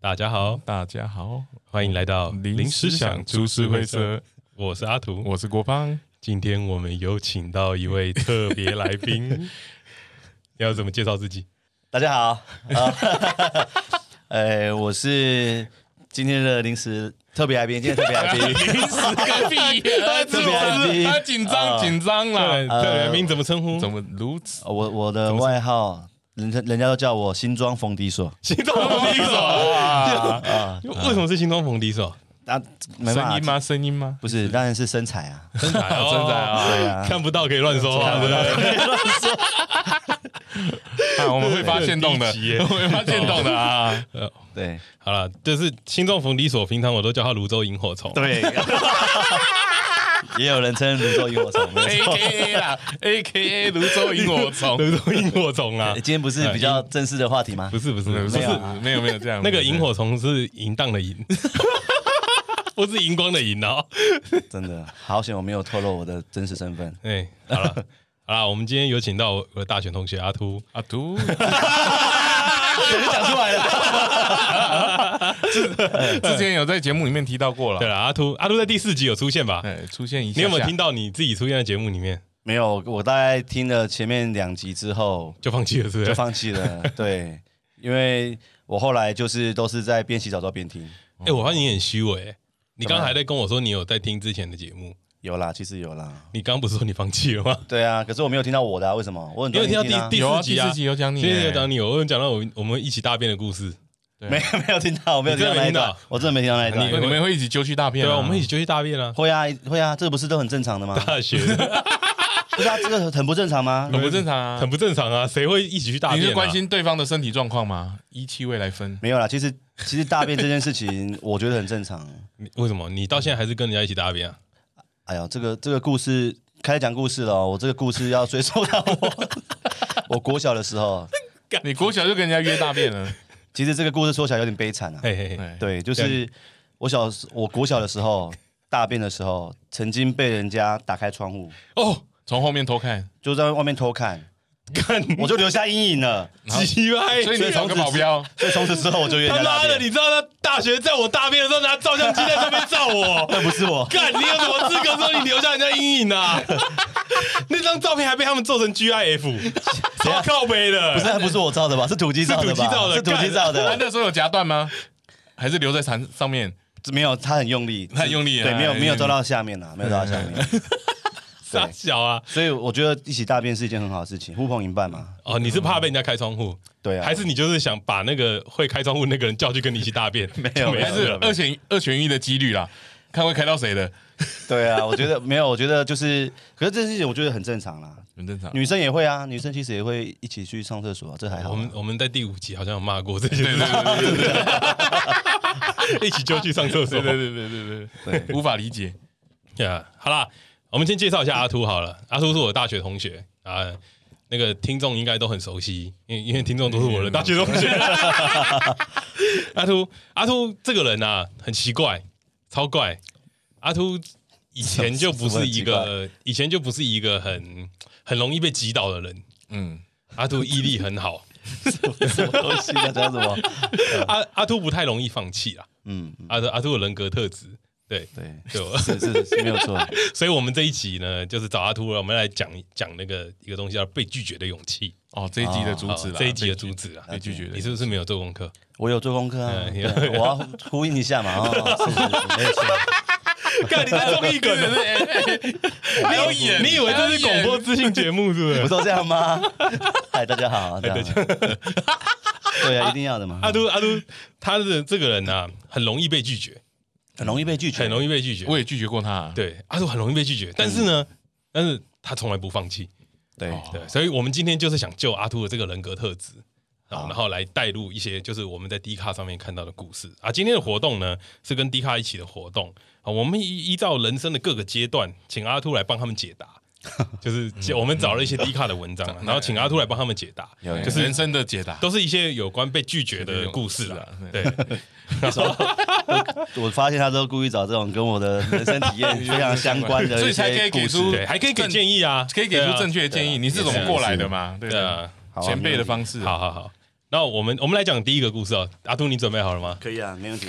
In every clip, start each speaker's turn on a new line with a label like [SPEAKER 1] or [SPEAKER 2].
[SPEAKER 1] 大家好，
[SPEAKER 2] 大家好，
[SPEAKER 1] 欢迎来到
[SPEAKER 2] 临时想株式会社，
[SPEAKER 1] 我是阿图。
[SPEAKER 2] 我是国芳。
[SPEAKER 1] 今天我们有请到一位特别来 宾，要怎么介绍自己？
[SPEAKER 3] 大家好， 呃，呃，我是今天的临时特别来宾，今天特别来宾，
[SPEAKER 2] 哎
[SPEAKER 1] 隔 壁
[SPEAKER 2] 他自
[SPEAKER 3] 别来宾
[SPEAKER 2] 他哎紧张
[SPEAKER 3] 啊
[SPEAKER 2] 紧张啦，
[SPEAKER 1] 特别来宾怎么称呼？
[SPEAKER 2] 怎么如此？
[SPEAKER 3] 呃 我我的外号，人家人家都叫我新庄逢敌手
[SPEAKER 1] 新东逢敌手？
[SPEAKER 3] 啊，
[SPEAKER 1] 为什么是新东逢敌手？
[SPEAKER 3] 那啊没办
[SPEAKER 2] 声
[SPEAKER 3] 法
[SPEAKER 2] 音吗？声 音吗？哦
[SPEAKER 3] 不是，当然是身材啊，
[SPEAKER 1] 真的啊，真的
[SPEAKER 3] 对
[SPEAKER 1] 啊，
[SPEAKER 3] 啊
[SPEAKER 1] 看不到可以乱说话，对不对？
[SPEAKER 2] 啊，我们会发现动的，
[SPEAKER 1] 很低级耶 哦
[SPEAKER 2] 我们会发现动的啊。
[SPEAKER 3] 对
[SPEAKER 1] 好了，就是新东逢敌手，平常我都叫他泸州萤火虫。啊
[SPEAKER 3] 对，也有人称泸州萤火虫，没
[SPEAKER 2] A
[SPEAKER 3] 错。
[SPEAKER 2] K A 啦，A K A 泸州萤火 虫，
[SPEAKER 1] 泸州萤火虫啊
[SPEAKER 3] 呃，今天不是比较正式的话题吗
[SPEAKER 1] 不？是不是不
[SPEAKER 2] 不
[SPEAKER 1] 是
[SPEAKER 2] 是
[SPEAKER 3] 有啊
[SPEAKER 2] 没有没有这样，
[SPEAKER 1] 那个萤火虫是淫荡的淫， 不是荧光的荧哦。
[SPEAKER 3] 真的，好险我没有透露我的真实身份。
[SPEAKER 1] 哎，好了 好了，我们今天有请到我的大学同学阿秃，
[SPEAKER 2] 啊， 嘟，
[SPEAKER 3] 我就讲出来了，
[SPEAKER 2] 之前有在节目里面提到过
[SPEAKER 1] 对
[SPEAKER 2] 了，
[SPEAKER 1] 了，阿秃阿秃在第四集有出现吧？
[SPEAKER 2] 哎，出现一下下，
[SPEAKER 1] 你有没有听到你自己出现在节目里面
[SPEAKER 3] 没有，我大概听了前面两集之后，
[SPEAKER 1] 就放弃了？是不？
[SPEAKER 3] 就是放弃了。对，因为我后来就是都是在边洗澡之后边听。
[SPEAKER 1] 哎，我发现你很虚伪，哎你刚
[SPEAKER 3] 怎
[SPEAKER 1] 刚
[SPEAKER 3] 么了
[SPEAKER 1] 还在跟我说
[SPEAKER 2] 啊
[SPEAKER 1] 你有在听之前的节目，
[SPEAKER 3] 有啦，其实有啦。
[SPEAKER 1] 你刚刚不是说你放弃了吗？
[SPEAKER 3] 对啊，可是我没有听到我的、啊，为什么？我很
[SPEAKER 1] 你
[SPEAKER 3] 专
[SPEAKER 1] 有
[SPEAKER 3] 心
[SPEAKER 1] 听到
[SPEAKER 3] 啊
[SPEAKER 1] 第
[SPEAKER 2] 有啊
[SPEAKER 1] 四集啊
[SPEAKER 2] 第四集有讲 你
[SPEAKER 1] 所以
[SPEAKER 2] 哎
[SPEAKER 1] 有讲你有，我有讲到我我们一起大便的故事，
[SPEAKER 3] 没有没有听到，我没有
[SPEAKER 1] 你真的
[SPEAKER 3] 听到
[SPEAKER 1] 没
[SPEAKER 3] 那一
[SPEAKER 1] 听到
[SPEAKER 3] 段，我真的没听到那一
[SPEAKER 2] 你
[SPEAKER 3] 段。
[SPEAKER 2] 你们会一起揪去大片？
[SPEAKER 1] 对啊，我们一起。就去大便 啊，
[SPEAKER 3] 会啊会啊，这不是都很正 常的吗？
[SPEAKER 1] 大学的
[SPEAKER 3] 不是啊，这个很不正 常吗？
[SPEAKER 1] 嗯
[SPEAKER 2] 很不正常啊
[SPEAKER 1] 很！不正常啊，谁会一起去大
[SPEAKER 2] 你
[SPEAKER 1] 便？
[SPEAKER 2] 是关？心对方的身体状况吗？依气味来分，
[SPEAKER 3] 没有啦，其实其实大便这件事情，我觉得很正常。
[SPEAKER 1] 你为什么你到现在还是跟人家一起大便啊？
[SPEAKER 3] 哎呀，这个这个故事开始讲故事了哦、我这个故事要追溯到我 我国小的时候。
[SPEAKER 2] 你国小就跟人家约大便了，
[SPEAKER 3] 其实这个故事说起来有点悲惨啊。
[SPEAKER 1] 嘿嘿嘿，
[SPEAKER 2] 哎
[SPEAKER 3] 对，就
[SPEAKER 1] 这
[SPEAKER 3] 是我小时我国小的时候，大便的时候，曾经被人家打开窗户，
[SPEAKER 1] 哦，
[SPEAKER 2] 从后面偷看，
[SPEAKER 3] 就在外面偷 看，
[SPEAKER 1] 看
[SPEAKER 3] 我就留下阴影了。
[SPEAKER 1] 鸡掰，
[SPEAKER 2] 所以你找个保镖，
[SPEAKER 3] 所以从此之后，我就约人
[SPEAKER 1] 他
[SPEAKER 3] 家大
[SPEAKER 1] 妈的，
[SPEAKER 3] 便。
[SPEAKER 1] 你知道他大学在我大便的时候拿照相机在上面照 我，
[SPEAKER 3] 那不是我，
[SPEAKER 1] 干你有什么资格说你留下人家阴影啊？ 那张照片还被他们做成 GIF，超靠背的，
[SPEAKER 3] 啊不是那不是我照的吧？是土鸡照的
[SPEAKER 1] 是土鸡照
[SPEAKER 3] 吧？
[SPEAKER 1] 的
[SPEAKER 3] 是土鸡
[SPEAKER 2] 他
[SPEAKER 3] 照的，
[SPEAKER 2] 那时候有夹断吗？还是留在船上面？
[SPEAKER 3] 没有，他很用力，
[SPEAKER 2] 他很用力啊
[SPEAKER 3] 对，没有
[SPEAKER 2] 哎
[SPEAKER 3] 没有照到下面啊，没有照到下面。
[SPEAKER 1] 傻小啊！
[SPEAKER 3] 所以我觉得一起大便是一件很好的事情，呼朋引伴嘛。
[SPEAKER 1] 哦，你是怕被人家开窗户，
[SPEAKER 3] 嗯对啊，
[SPEAKER 1] 还是你就是想把那个会开窗户那个人叫去跟你一起大便？
[SPEAKER 3] 没有
[SPEAKER 1] 就没
[SPEAKER 2] 还
[SPEAKER 1] 事
[SPEAKER 2] 是
[SPEAKER 1] 了。
[SPEAKER 2] 二选二选一的几率啦？看会开到谁的，
[SPEAKER 3] 对啊，我觉得没有，我觉得就是，可是这件事情我觉得很正常啦。
[SPEAKER 2] 很正常。
[SPEAKER 3] 女生也会啊，女生其实也会一起去上厕所、啊，这还
[SPEAKER 1] 呃
[SPEAKER 3] 好啊。
[SPEAKER 1] 我们我们在第五集好像有骂过这些，
[SPEAKER 2] 对对对对
[SPEAKER 1] 一起就去上厕所
[SPEAKER 2] 对。对对对对对，无法理解。
[SPEAKER 1] Yeah，好啦，我们先介绍一下阿秃好了。阿秃是我的大学同学啊，那个听众应该都很熟悉，因为因为听众都是我的大学同学。阿秃，阿秃这个人啊，很奇怪，超怪。阿秃以前就不是一
[SPEAKER 3] 什
[SPEAKER 1] 个，以前就不是一个很很容易被击倒的人。
[SPEAKER 2] 嗯，
[SPEAKER 1] 阿秃毅力很好，
[SPEAKER 3] 什么东西啊？叫什 么？
[SPEAKER 1] 阿阿秃不太容易放弃啦。
[SPEAKER 3] 嗯，嗯
[SPEAKER 1] 阿秃阿秃有人格特质，对
[SPEAKER 3] 对，
[SPEAKER 1] 对我。
[SPEAKER 3] 是是是，没有错。
[SPEAKER 1] 所以，我们这一集呢，就是找阿秃了，我们来讲讲那个一个东西，叫被拒绝的勇气。
[SPEAKER 2] 哦，这一集的主旨
[SPEAKER 1] 哦
[SPEAKER 2] 啦，
[SPEAKER 1] 这一集的主旨啊，
[SPEAKER 2] 被拒绝
[SPEAKER 1] 你
[SPEAKER 2] 的。
[SPEAKER 1] 是不是没有做功课？
[SPEAKER 3] 我有做功课啊，
[SPEAKER 1] 嗯
[SPEAKER 3] 对我要呼应一下嘛。哦， 是是是，没有错。
[SPEAKER 1] 看你在综艺梗，没有演，你以为这是广播资讯节目是不
[SPEAKER 3] 不
[SPEAKER 1] 是？
[SPEAKER 3] 都这样吗？嗨，大家好，这样。对啊，一定要的嘛。
[SPEAKER 1] 阿都阿都，他的这个人啊，很容易被拒绝，
[SPEAKER 3] 很容易被拒绝，
[SPEAKER 1] 很容易被拒绝。
[SPEAKER 2] 我也嗯拒绝过他。，
[SPEAKER 1] 对，阿都很容易被拒绝，但是呢，但是他从来不放弃。
[SPEAKER 3] 对
[SPEAKER 2] 哦
[SPEAKER 1] 对，所以我们今天就是想就阿秃的这个人格特质，然后然后来带入一些就是我们在 D 卡上面看到的故事啊。今天的活动呢是跟 D 卡一起的活动啊，我们依依照人生的各个阶段，请阿秃来帮他们解答。就是解我们找了一些 D 卡的文章啊，然后请阿秃来帮他们解答，
[SPEAKER 3] 有有
[SPEAKER 2] 就是人生的解答。
[SPEAKER 1] 都是一些有关被拒绝的故事啊。对，
[SPEAKER 3] 我发现他都故意找这种跟我的人生体验非常相关的
[SPEAKER 2] 所
[SPEAKER 3] 一
[SPEAKER 2] 以才可
[SPEAKER 3] 些
[SPEAKER 2] 以
[SPEAKER 3] 故
[SPEAKER 2] 给
[SPEAKER 3] 事。
[SPEAKER 2] 出
[SPEAKER 1] 对，还可以给建议啊，
[SPEAKER 2] 可以给出正
[SPEAKER 1] 确
[SPEAKER 2] 确的建议，你是怎么过来的嘛？对
[SPEAKER 1] 对啊
[SPEAKER 2] 的，
[SPEAKER 3] 好啊
[SPEAKER 2] 前辈的方式。
[SPEAKER 1] 好好好，那我们我们来讲第一个故事哦，阿兔，你准备好了吗？
[SPEAKER 3] 可以啊，没问题。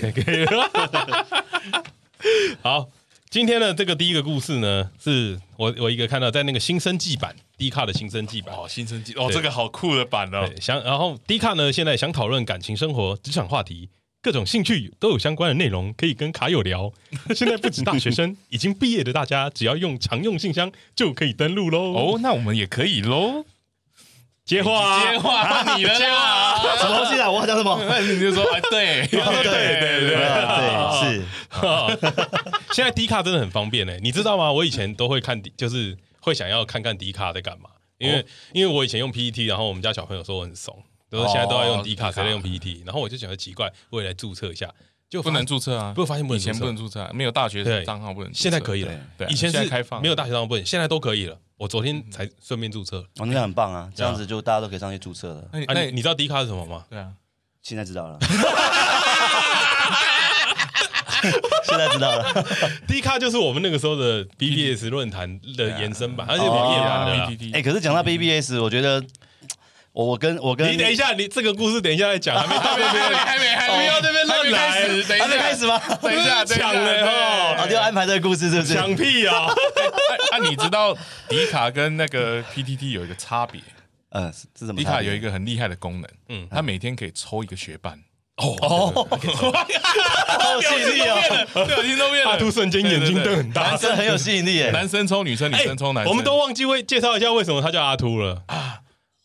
[SPEAKER 1] 好，今天的这个第一个故事呢，是我我一个看到在那个新生纪版 D 卡的新生纪版。
[SPEAKER 2] 哦，新生季哦，
[SPEAKER 1] 对
[SPEAKER 2] 这个好酷的版哦，
[SPEAKER 1] 对想，然后 D 卡呢，现在想讨论感情生活、职场话题，各种兴趣都有相关的内容可以跟卡友聊。现在不止大学生，已经毕业的大家，只要用常用信箱就可以登录喽。哦，
[SPEAKER 2] 哦，那我们也可以喽，
[SPEAKER 1] 接话啊、
[SPEAKER 2] 接话到你了啦，
[SPEAKER 3] 什么东西啊？我讲什么？
[SPEAKER 2] 那你就说哎，对
[SPEAKER 3] 对对
[SPEAKER 2] 啊
[SPEAKER 3] 对，是
[SPEAKER 1] 现在迪卡真的很方便嘞、你知道吗？我以前都会看迪，就是会想要看看迪卡在干嘛，因
[SPEAKER 2] 哦
[SPEAKER 1] 为、因为我以前用 PPT，然后我们家小朋友说我很怂，都说现在都要用迪卡，
[SPEAKER 2] 哦
[SPEAKER 1] 谁在用 PPT？然后我就觉得奇怪，我也来注册一下，就
[SPEAKER 2] 不能
[SPEAKER 1] 注，
[SPEAKER 2] 注册啊，
[SPEAKER 1] 不发现不能
[SPEAKER 2] 以前
[SPEAKER 1] 注册
[SPEAKER 2] 不能注册啊，没有大学
[SPEAKER 1] 对
[SPEAKER 2] 账号不能注册，
[SPEAKER 1] 现在可以了
[SPEAKER 2] 对
[SPEAKER 3] 对，
[SPEAKER 2] 啊
[SPEAKER 1] 以前
[SPEAKER 2] 现
[SPEAKER 1] 是
[SPEAKER 2] 在开放嗯
[SPEAKER 1] 没有大学生不能，现在都可以了。我昨天才顺便注册。
[SPEAKER 3] 我那个很棒啊，这样子就大家都可以上去注册了。
[SPEAKER 2] 那你
[SPEAKER 1] 啊，
[SPEAKER 2] 那
[SPEAKER 1] 你
[SPEAKER 2] 你
[SPEAKER 1] 你知道迪卡是什么吗？
[SPEAKER 2] 对啊，
[SPEAKER 3] 现在知道了， 现在知道了。
[SPEAKER 1] 迪卡就是我们那个时候的 BBS 论坛的延伸
[SPEAKER 2] 哦
[SPEAKER 1] 版，而且网页版的啦。
[SPEAKER 2] PTT
[SPEAKER 3] 哎，可是讲到 BBS，我觉得我我跟我跟
[SPEAKER 1] 你等一下，你这个故事等一下再讲，还没到那边，
[SPEAKER 2] 还没还没
[SPEAKER 1] 不要这边
[SPEAKER 2] 还
[SPEAKER 1] 乱
[SPEAKER 2] 没
[SPEAKER 1] 来
[SPEAKER 2] 开始，等一
[SPEAKER 3] 还没
[SPEAKER 2] 下哎
[SPEAKER 3] 啊开始吗？
[SPEAKER 2] 等一下，等一
[SPEAKER 1] 抢
[SPEAKER 2] 下
[SPEAKER 1] 了哦
[SPEAKER 3] 啊，就要安排这个故事是不是？
[SPEAKER 1] 讲屁啊！
[SPEAKER 2] 啊，你知道迪卡跟那个 PTT 有一个差别？
[SPEAKER 3] 嗯，是是怎么
[SPEAKER 2] 迪
[SPEAKER 3] 差
[SPEAKER 2] 卡
[SPEAKER 3] 别？
[SPEAKER 2] 有一个很厉害的功能，嗯，他每天可以抽一个学伴。哦，
[SPEAKER 3] 吸引力哦
[SPEAKER 2] 表情都变 了，
[SPEAKER 1] 阿杜瞬间眼睛瞪很大哎
[SPEAKER 2] 男
[SPEAKER 3] 这
[SPEAKER 2] 生
[SPEAKER 3] 很有吸引力耶。
[SPEAKER 2] 男生抽女生，女生抽男生，
[SPEAKER 1] 我们都忘记为介绍一下为什么他叫阿秃了。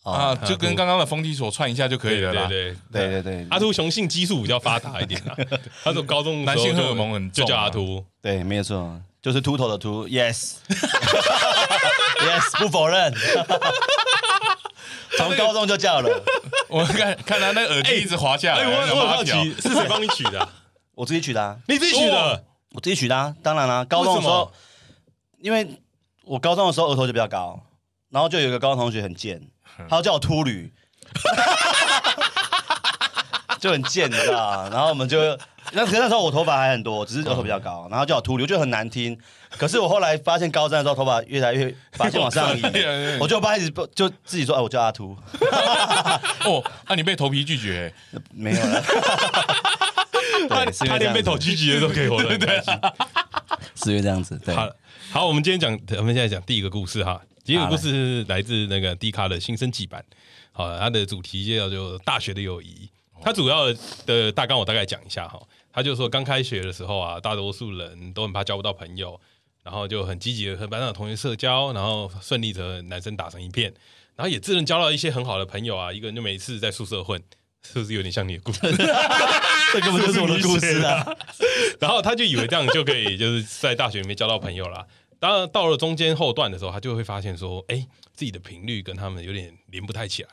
[SPEAKER 2] 啊，就跟刚刚的风机所串一下就可以了啦。
[SPEAKER 1] 对对对
[SPEAKER 3] 哦对对对，
[SPEAKER 1] 阿秃雄性激素比较发达一点 啦。他从高中的时候就
[SPEAKER 2] 男性荷尔蒙很
[SPEAKER 1] 就
[SPEAKER 2] 重啊
[SPEAKER 1] 叫阿秃。
[SPEAKER 3] 对，没有错，就是秃头的秃，yes。yes，不否 认，从高中就叫了，
[SPEAKER 2] 我看看他那耳机一直滑下来，
[SPEAKER 1] 哎，我
[SPEAKER 2] 那个
[SPEAKER 1] 我很好
[SPEAKER 2] 马
[SPEAKER 1] 奇
[SPEAKER 2] 脚
[SPEAKER 1] 是谁帮你取的 啊？哦
[SPEAKER 3] 我自己取的、啊，
[SPEAKER 1] 你自己取的？
[SPEAKER 3] 我自己取的、啊，当然啦、高中的时候，因为我高中的时候额头就比较高，然后就有一个高中同学很贱，他就叫我秃驴， 就很贱，你知道吗？然后我们就那可是那时候我头发还很多，只是额头比较高，然后叫我秃驴，我就很难听。可是我后来发现高中的时候头发越来 越发现往上移
[SPEAKER 2] 对，
[SPEAKER 3] 我就开始就自己说，哎，我叫阿秃，
[SPEAKER 2] 哦，那你被头皮拒绝，
[SPEAKER 3] 没有了。
[SPEAKER 1] 他
[SPEAKER 3] 对，是因
[SPEAKER 1] 他
[SPEAKER 3] 为这
[SPEAKER 1] 连
[SPEAKER 3] 样
[SPEAKER 1] 被
[SPEAKER 3] 子
[SPEAKER 1] 投狙击的都可以活得很开心。
[SPEAKER 3] 是因为这样子，对，
[SPEAKER 1] 好了，好，我们今天讲，我们现在讲第一个故事哈。第一个故事是来自那个 D 卡的新生季版，好，它的主题叫做“大学的友谊”。它主要的大纲我大概讲一下哈。他就说，刚开学的时候啊，大多数人都很怕交不到朋友，然后就很积极的和班上的同学社交，然后顺利的男生打成一片，然后也自认交到一些很好的朋友啊。一个人就每次在宿舍混，是不是有点像你的故事？
[SPEAKER 3] 这根本就是我的故事啊！
[SPEAKER 1] 然后他就以为这样就可以，就是在大学里面交到朋友啦。当然，到了中间后段的时候，他就会发现说，哎，自己的频率跟他们有点连不太起来。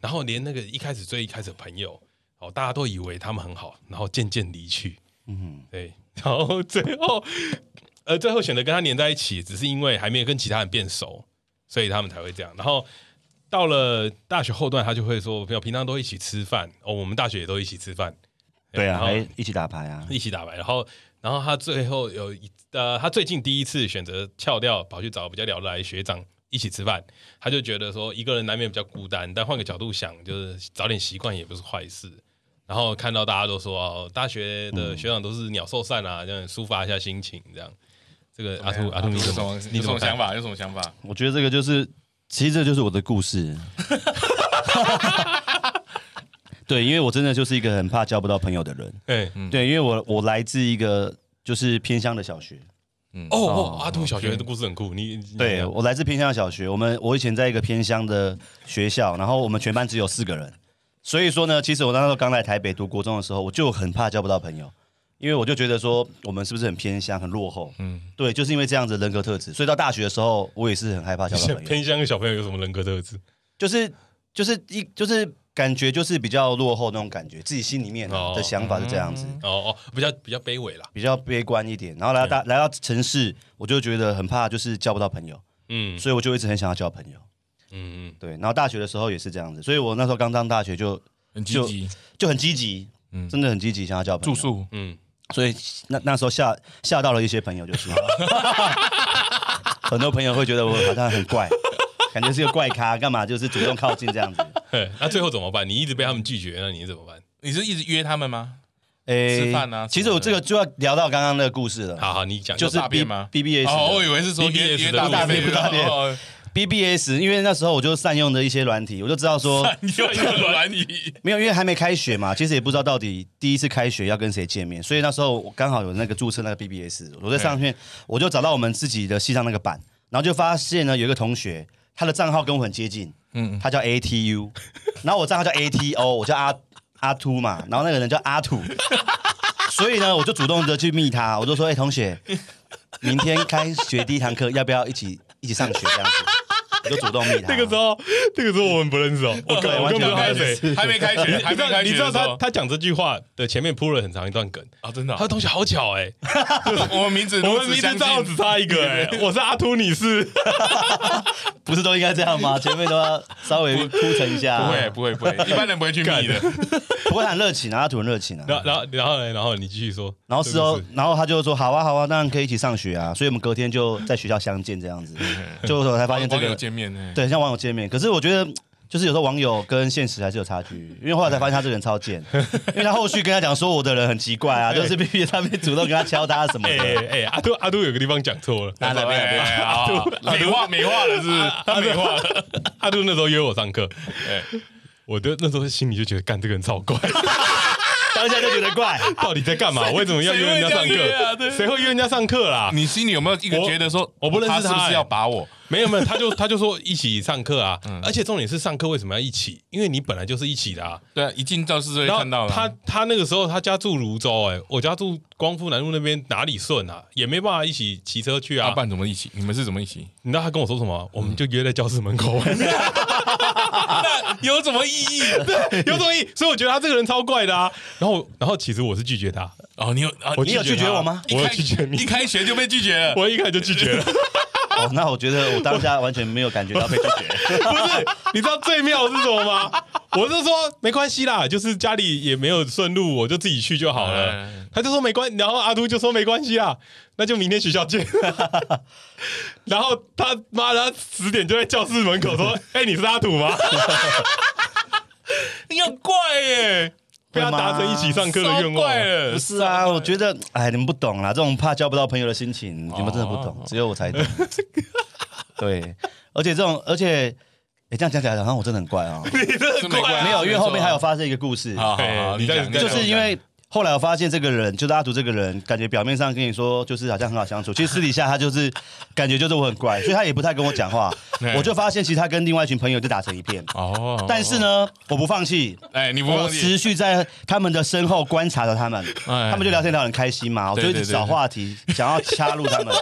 [SPEAKER 1] 然后连那个一开始最一开始的朋友，哦，大家都以为他们很好，然后渐渐离去。嗯，对。然后最后，呃，最后选择跟他黏在一起，只是因为还没有跟其他人变熟，所以他们才会这样。然后到了大学后段，他就会说，朋友平常都一起吃饭哦，我们大学也都一起吃饭。
[SPEAKER 3] 对啊，
[SPEAKER 1] 然后
[SPEAKER 3] 还一起打牌啊，
[SPEAKER 1] 一起打牌，然后然后他最后有一呃，他最近第一次选择翘掉，跑去找比较聊得来的学长一起吃饭，他就觉得说一个人难免比较孤单，但换个角度想，就是早点习惯也不是坏事。然后看到大家都说哦，大学的学长都是鸟兽散啊，这样抒发一下心情，这样。这个阿兔阿兔你
[SPEAKER 2] 有
[SPEAKER 1] 怎
[SPEAKER 2] 什么
[SPEAKER 1] 么
[SPEAKER 2] 有
[SPEAKER 1] 你
[SPEAKER 2] 什
[SPEAKER 1] 怎
[SPEAKER 2] 么
[SPEAKER 1] 么
[SPEAKER 2] 想
[SPEAKER 1] 想？
[SPEAKER 2] 法？有什么想法？
[SPEAKER 3] 我觉得这个就是，其实这就是我的故事。 对，因为我真的就是一个很怕交不到朋友的人。
[SPEAKER 1] 哎
[SPEAKER 3] 对，因为我我来自一个就是偏乡的小学。
[SPEAKER 1] 哦哦，阿兔小学的故事很酷，你你
[SPEAKER 3] 对啊我来自偏乡的小学，我们我以前在一个偏乡的学校，然后我们全班只有四个人，所以说呢，其实我那时候刚来台北读国中的时候，我就很怕交不到朋友，因为我就觉得说我们是不是很偏乡、很落后？嗯，对，就是因为这样子的人格特质，所以到大学的时候，我也是很害怕交不到朋友。
[SPEAKER 1] 偏乡的小朋友有什么人格特质？
[SPEAKER 3] 就是就是一就是感觉就是比较落后那种感觉，自己心里面啊
[SPEAKER 1] 哦
[SPEAKER 3] 的想法是这样子，
[SPEAKER 1] 哦哦，比较比较卑微啦。
[SPEAKER 3] 比较悲观一点。然后来到大、来到城市，我就觉得很怕，就是交不到朋友，
[SPEAKER 1] 嗯
[SPEAKER 3] 所以我就一直很想要交朋友。
[SPEAKER 1] 嗯嗯，
[SPEAKER 3] 对，然后大学的时候也是这样子，所以我那时候刚上大学就
[SPEAKER 2] 很积
[SPEAKER 3] 就
[SPEAKER 2] 极，
[SPEAKER 3] 就很积极，真的很积极想要交朋
[SPEAKER 2] 住
[SPEAKER 3] 友。
[SPEAKER 2] 宿
[SPEAKER 1] 嗯
[SPEAKER 3] 所以那那时候吓吓到了 一些朋友，就是很多朋友会觉得我好像很怪，感觉是个怪咖，干嘛就是主动靠近这样子。
[SPEAKER 1] 嘿 那最后怎么办？你一直被他们拒绝，那你怎么办？
[SPEAKER 2] 你是一直约他们吗？
[SPEAKER 3] 诶
[SPEAKER 2] 吃饭啊
[SPEAKER 3] 其实我
[SPEAKER 2] 什
[SPEAKER 3] 这
[SPEAKER 2] 么
[SPEAKER 3] 个就要聊到刚刚那个故事了，
[SPEAKER 1] 好好，你讲
[SPEAKER 3] 就是
[SPEAKER 2] 大
[SPEAKER 3] B
[SPEAKER 2] 便吗
[SPEAKER 3] BBS 的
[SPEAKER 2] 哦，我以为是说
[SPEAKER 1] BBS
[SPEAKER 2] 约约
[SPEAKER 1] 的
[SPEAKER 2] 大
[SPEAKER 1] 路
[SPEAKER 2] 大
[SPEAKER 3] 不大便
[SPEAKER 2] 哦
[SPEAKER 3] BBS，因为那时候我就善用的一些软体，我就知道说
[SPEAKER 2] 你又有软体，
[SPEAKER 3] 没有，因为还没开学嘛，其实也不知道到底第一次开学要跟谁见面，所以那时候我刚好有那个注册那个 BBS，我在上面我就找到我们自己的系上那个版，然后就发现呢有一个同学他的账号跟我很接近，嗯，他叫 ATU，然后我账号叫 ATO，我叫阿阿秃嘛，然后那个人叫阿土， 所以呢我就主动的去密他，我就说哎、同学，明天开学第一堂课要不要一起一起上学这样子，我就主动密他，
[SPEAKER 1] 那个时候，那个时候我们不认识哦， 我
[SPEAKER 3] 对
[SPEAKER 1] 我
[SPEAKER 3] 完
[SPEAKER 1] 根
[SPEAKER 3] 全
[SPEAKER 1] 本不知道他
[SPEAKER 2] 开
[SPEAKER 1] 是谁。
[SPEAKER 2] 学还没开学，还
[SPEAKER 1] 你知
[SPEAKER 2] 没
[SPEAKER 1] 道
[SPEAKER 2] 开学的时候，
[SPEAKER 1] 你知道他他讲这句话的前面铺了很长一段梗，
[SPEAKER 2] 啊，真的
[SPEAKER 1] 他的
[SPEAKER 2] 哦，
[SPEAKER 1] 东西好巧哎、
[SPEAKER 2] 我们名字
[SPEAKER 1] 我
[SPEAKER 2] 如
[SPEAKER 1] 们
[SPEAKER 2] 此
[SPEAKER 1] 名字
[SPEAKER 2] 相
[SPEAKER 1] 账号
[SPEAKER 2] 近
[SPEAKER 1] 只，差一个哎、 我是阿秃，你是
[SPEAKER 3] 不是都应该这样 吗？前面都要稍微铺陈一下、
[SPEAKER 2] 不会不会不会， 一般人不会去密的。
[SPEAKER 3] 不过他很热情啊，他土很热情啊。
[SPEAKER 1] 然后然后然后呢然后你继续说，
[SPEAKER 3] 然后事
[SPEAKER 1] 这
[SPEAKER 3] 后
[SPEAKER 1] 个故事，
[SPEAKER 3] 然后他就说：“好啊，好啊，当然可以一起上学啊。”所以我们隔天就在学校相见，这样 子，就我才发现这
[SPEAKER 2] 网友
[SPEAKER 3] 个
[SPEAKER 2] 见面，哎
[SPEAKER 3] 对，像网友见面。可是我觉得，就是有时候网友跟现实还是有差距，因为后来才发现他这个人 超贱，因为他后续跟他讲说我的人很奇怪啊，就是 B B 上面主动跟他敲他什么
[SPEAKER 1] 哎哎
[SPEAKER 3] 的。
[SPEAKER 1] 哎，阿秃阿秃有个地方讲错了。
[SPEAKER 3] 哪哪哪哪
[SPEAKER 2] 哎好 好好美化美化了是不是？他美化了，
[SPEAKER 1] 阿杜那时候约我上课，
[SPEAKER 2] 哎
[SPEAKER 1] 我的那时候心里就觉得，干这个人超怪，
[SPEAKER 3] 当下就觉得怪。
[SPEAKER 1] 到底在干嘛？为什么要约人家上
[SPEAKER 2] 谁会这样约啊
[SPEAKER 1] 课？
[SPEAKER 2] 对嗯
[SPEAKER 1] 谁会约人家上课啦？
[SPEAKER 2] 你心里有没有一个
[SPEAKER 1] 我
[SPEAKER 2] 觉得说，
[SPEAKER 1] 我不认识
[SPEAKER 2] 他，是不
[SPEAKER 1] 他哎
[SPEAKER 2] 是要把我？
[SPEAKER 1] 没有没有，他就他就说一起上课啊，
[SPEAKER 2] 嗯
[SPEAKER 1] 而且重点是上课为什么要一起？因为你本来就是一起的啊。
[SPEAKER 2] 对啊，一进教室就会
[SPEAKER 1] 然
[SPEAKER 2] 看到
[SPEAKER 1] 后
[SPEAKER 2] 了。
[SPEAKER 1] 他他那个时候他家住泸州，哎，我家住光复南路那边，哪里顺啊？也没办法一起骑车去
[SPEAKER 2] 阿
[SPEAKER 1] 啊。
[SPEAKER 2] 半怎么一起？你们是怎么一 起？
[SPEAKER 1] 你知道他跟我说什么？
[SPEAKER 2] 嗯
[SPEAKER 1] 我们就约在教室门 口玩，
[SPEAKER 2] 有什么意义？
[SPEAKER 1] 有种意。所以我觉得他这个人超怪的啊。然后然后其实我是拒绝他，
[SPEAKER 2] 哦，你有啊？
[SPEAKER 1] 我
[SPEAKER 3] 你有拒绝
[SPEAKER 1] 他
[SPEAKER 3] 我吗
[SPEAKER 2] 一
[SPEAKER 1] 我有
[SPEAKER 2] 开
[SPEAKER 1] 拒绝你
[SPEAKER 2] 一，开学就被拒绝了。
[SPEAKER 1] 我一开始就拒绝了。
[SPEAKER 3] 哦，那我觉得我当下完全没有感觉到被拒绝。
[SPEAKER 1] 不是，你知道最妙的是什么吗？我就说没关系啦，就是家里也没有顺路，我就自己去就好了
[SPEAKER 2] 嗯。
[SPEAKER 1] 他就说没关，然后阿都就说没关系啊，那就明天学校 见。然后他妈的十点就在教室门口 说：“哎、你是阿土吗
[SPEAKER 2] 你很怪耶，？”
[SPEAKER 1] 被他达成一起上课的愿
[SPEAKER 2] 超
[SPEAKER 1] 望
[SPEAKER 2] 怪。了
[SPEAKER 3] 不。是啊，我觉得，哎，你们不懂啦，这种怕交不到朋友的心情，你们真的不
[SPEAKER 2] 哦
[SPEAKER 3] 懂，只有我 才懂。对，而且这种，而且，哎，这样讲起来好像我真的很怪哦。
[SPEAKER 2] 是 没怪啊
[SPEAKER 3] 没有，因为后面还有。发生一个故事，
[SPEAKER 2] 好好好，
[SPEAKER 1] 你
[SPEAKER 2] 你
[SPEAKER 1] 再
[SPEAKER 2] 讲，
[SPEAKER 1] 你
[SPEAKER 2] 你
[SPEAKER 1] 再
[SPEAKER 2] 讲
[SPEAKER 3] 就是因为后来我发现这个人，就是阿图这个人，感觉表面上跟你说就是好像很好相处，其实私底下他就是感觉就是我很怪，所以他也不太跟我 讲话。我就发现其实他跟另外一群朋友就打成一片，
[SPEAKER 2] 哦，
[SPEAKER 3] 但是呢，我不放弃，
[SPEAKER 2] 哎，你不
[SPEAKER 3] 我
[SPEAKER 2] 忘记
[SPEAKER 3] 持续在他们的身后观察着他们，
[SPEAKER 2] 哎
[SPEAKER 3] 他们就聊天聊得很开心嘛，我就一直找话题，想要插入他们。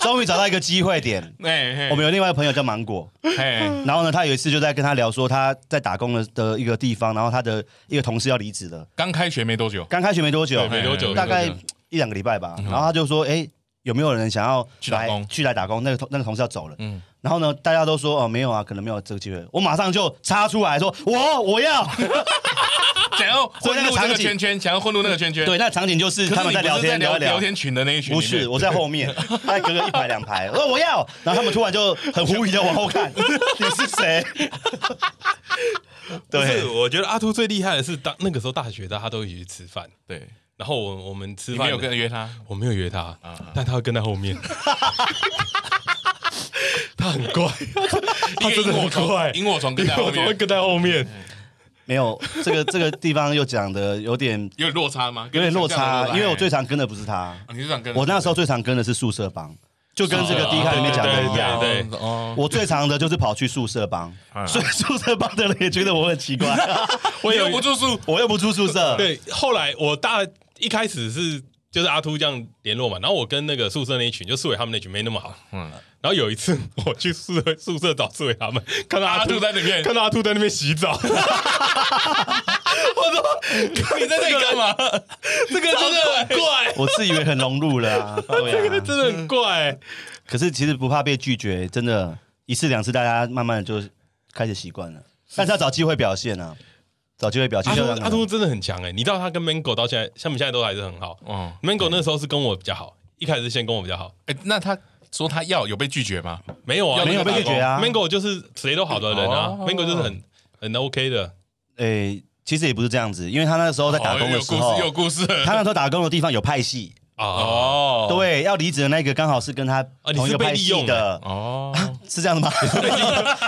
[SPEAKER 3] 终于找到一个机会点，
[SPEAKER 2] 哎，
[SPEAKER 3] 我们有另外一个朋友叫芒果，
[SPEAKER 2] 哎，
[SPEAKER 3] 然后呢，他有一次就在跟他聊说他在打工的的一个地方，然后他的一个同事要离职了，
[SPEAKER 2] 刚开学没多久，
[SPEAKER 3] 刚开学没多久，
[SPEAKER 1] 对没多久
[SPEAKER 3] 大概
[SPEAKER 1] 没多
[SPEAKER 3] 一两个礼拜吧，然后他就说，哎。有没有人想要
[SPEAKER 2] 去打
[SPEAKER 3] 来
[SPEAKER 2] 工
[SPEAKER 3] 去来打工？那个同那个同事要走了，
[SPEAKER 2] 嗯
[SPEAKER 3] 然后呢，大家都说哦没有啊，可能没有这个机会。我马上就插出来说，我我要，
[SPEAKER 2] 想要混入这个圈圈，想要混入那个圈圈。
[SPEAKER 3] 对，，那场景就是
[SPEAKER 2] 可
[SPEAKER 3] 他
[SPEAKER 2] 是
[SPEAKER 3] 们
[SPEAKER 2] 你不
[SPEAKER 3] 在
[SPEAKER 2] 是
[SPEAKER 3] 聊
[SPEAKER 2] 在
[SPEAKER 3] 天
[SPEAKER 2] 聊
[SPEAKER 3] 聊一聊
[SPEAKER 2] 聊，天群的那一群里
[SPEAKER 3] 不
[SPEAKER 2] 面，
[SPEAKER 3] 是我在后面，大概隔个一排两排，我说我要，然后他们突然就很狐疑的往后看，你是谁？
[SPEAKER 1] 对，
[SPEAKER 3] 对，
[SPEAKER 1] 我觉得阿秃最厉害的是当那个时候大学，大家都一起去吃饭，
[SPEAKER 2] 对，
[SPEAKER 1] 然后我我们吃
[SPEAKER 2] 你
[SPEAKER 1] 饭
[SPEAKER 2] 没有跟约他，
[SPEAKER 1] 我没有约
[SPEAKER 2] 啊
[SPEAKER 1] 他，但他会跟在后 面。他很怪，他真的很怪，
[SPEAKER 2] 萤火虫跟在后
[SPEAKER 1] 会
[SPEAKER 2] 面，嗯
[SPEAKER 1] 跟在后面。
[SPEAKER 3] 没有这个这个地方又讲的有点
[SPEAKER 2] 有点落差吗？
[SPEAKER 3] 有点落差，因为我最
[SPEAKER 2] 常
[SPEAKER 3] 常跟的不是他，
[SPEAKER 2] 哦你是想跟
[SPEAKER 3] 我那时候最常跟的是宿舍帮，就跟这个
[SPEAKER 1] 哦
[SPEAKER 3] 第一看里面讲的一样。
[SPEAKER 1] 对对
[SPEAKER 2] 哦，
[SPEAKER 3] 我最常的就是跑去宿舍帮，所以宿舍帮的人也觉得我很奇怪，
[SPEAKER 1] 我
[SPEAKER 2] 我
[SPEAKER 1] 有
[SPEAKER 2] 有不住 宿，
[SPEAKER 3] 我又不住宿舍，
[SPEAKER 1] 对，后来我大一开始是就是阿秃这样联络嘛，然后我跟那个宿舍那一群，就素伟他们那群没那么好。
[SPEAKER 2] 嗯
[SPEAKER 1] 然后有一次我去宿舍宿舍找素伟他们，看到阿
[SPEAKER 2] 阿
[SPEAKER 1] 秃
[SPEAKER 2] 兔在里面，
[SPEAKER 1] 看到阿秃在那边洗澡，
[SPEAKER 2] 你在这里干 嘛？
[SPEAKER 1] 这个真的
[SPEAKER 3] 哦
[SPEAKER 1] 很怪，
[SPEAKER 3] 我自以为很融入了啊，对
[SPEAKER 1] 这
[SPEAKER 3] 啊
[SPEAKER 1] 个。真的很
[SPEAKER 2] 嗯
[SPEAKER 1] 怪。
[SPEAKER 3] 可是其实不怕被拒绝，真的，一次两次，大家慢慢就开始习惯了。但是要找机会表现啊，找机会表现
[SPEAKER 1] 阿
[SPEAKER 3] 就
[SPEAKER 1] 秃
[SPEAKER 3] 让人。
[SPEAKER 1] 阿秃真的很强哎，你知道他跟 Mango 到现在，他们现在都还是很好。
[SPEAKER 2] 哦，
[SPEAKER 1] Mango 那时候是跟我比较好，一开始是先跟我比较好，
[SPEAKER 2] 哎，那他说他要有被拒绝吗？
[SPEAKER 1] 没有啊，
[SPEAKER 2] 要
[SPEAKER 3] 没有被拒绝啊
[SPEAKER 1] Mango 就是谁都好的人啊
[SPEAKER 2] 哦
[SPEAKER 1] ，Mango 就是很很 OK 的，
[SPEAKER 3] 诶，其实也不是这样子，因为他那个时候在打工的时候
[SPEAKER 2] 哦，有故事，有故事
[SPEAKER 3] 他那时候打工的地方有派系，
[SPEAKER 1] 啊
[SPEAKER 2] 哦，
[SPEAKER 3] 对，要离职的那个刚好是跟他
[SPEAKER 1] 啊你是
[SPEAKER 3] 同一个
[SPEAKER 1] 被
[SPEAKER 3] 派
[SPEAKER 1] 利
[SPEAKER 3] 系
[SPEAKER 1] 用
[SPEAKER 3] 的，
[SPEAKER 2] 哦，
[SPEAKER 3] 是这样的 吗？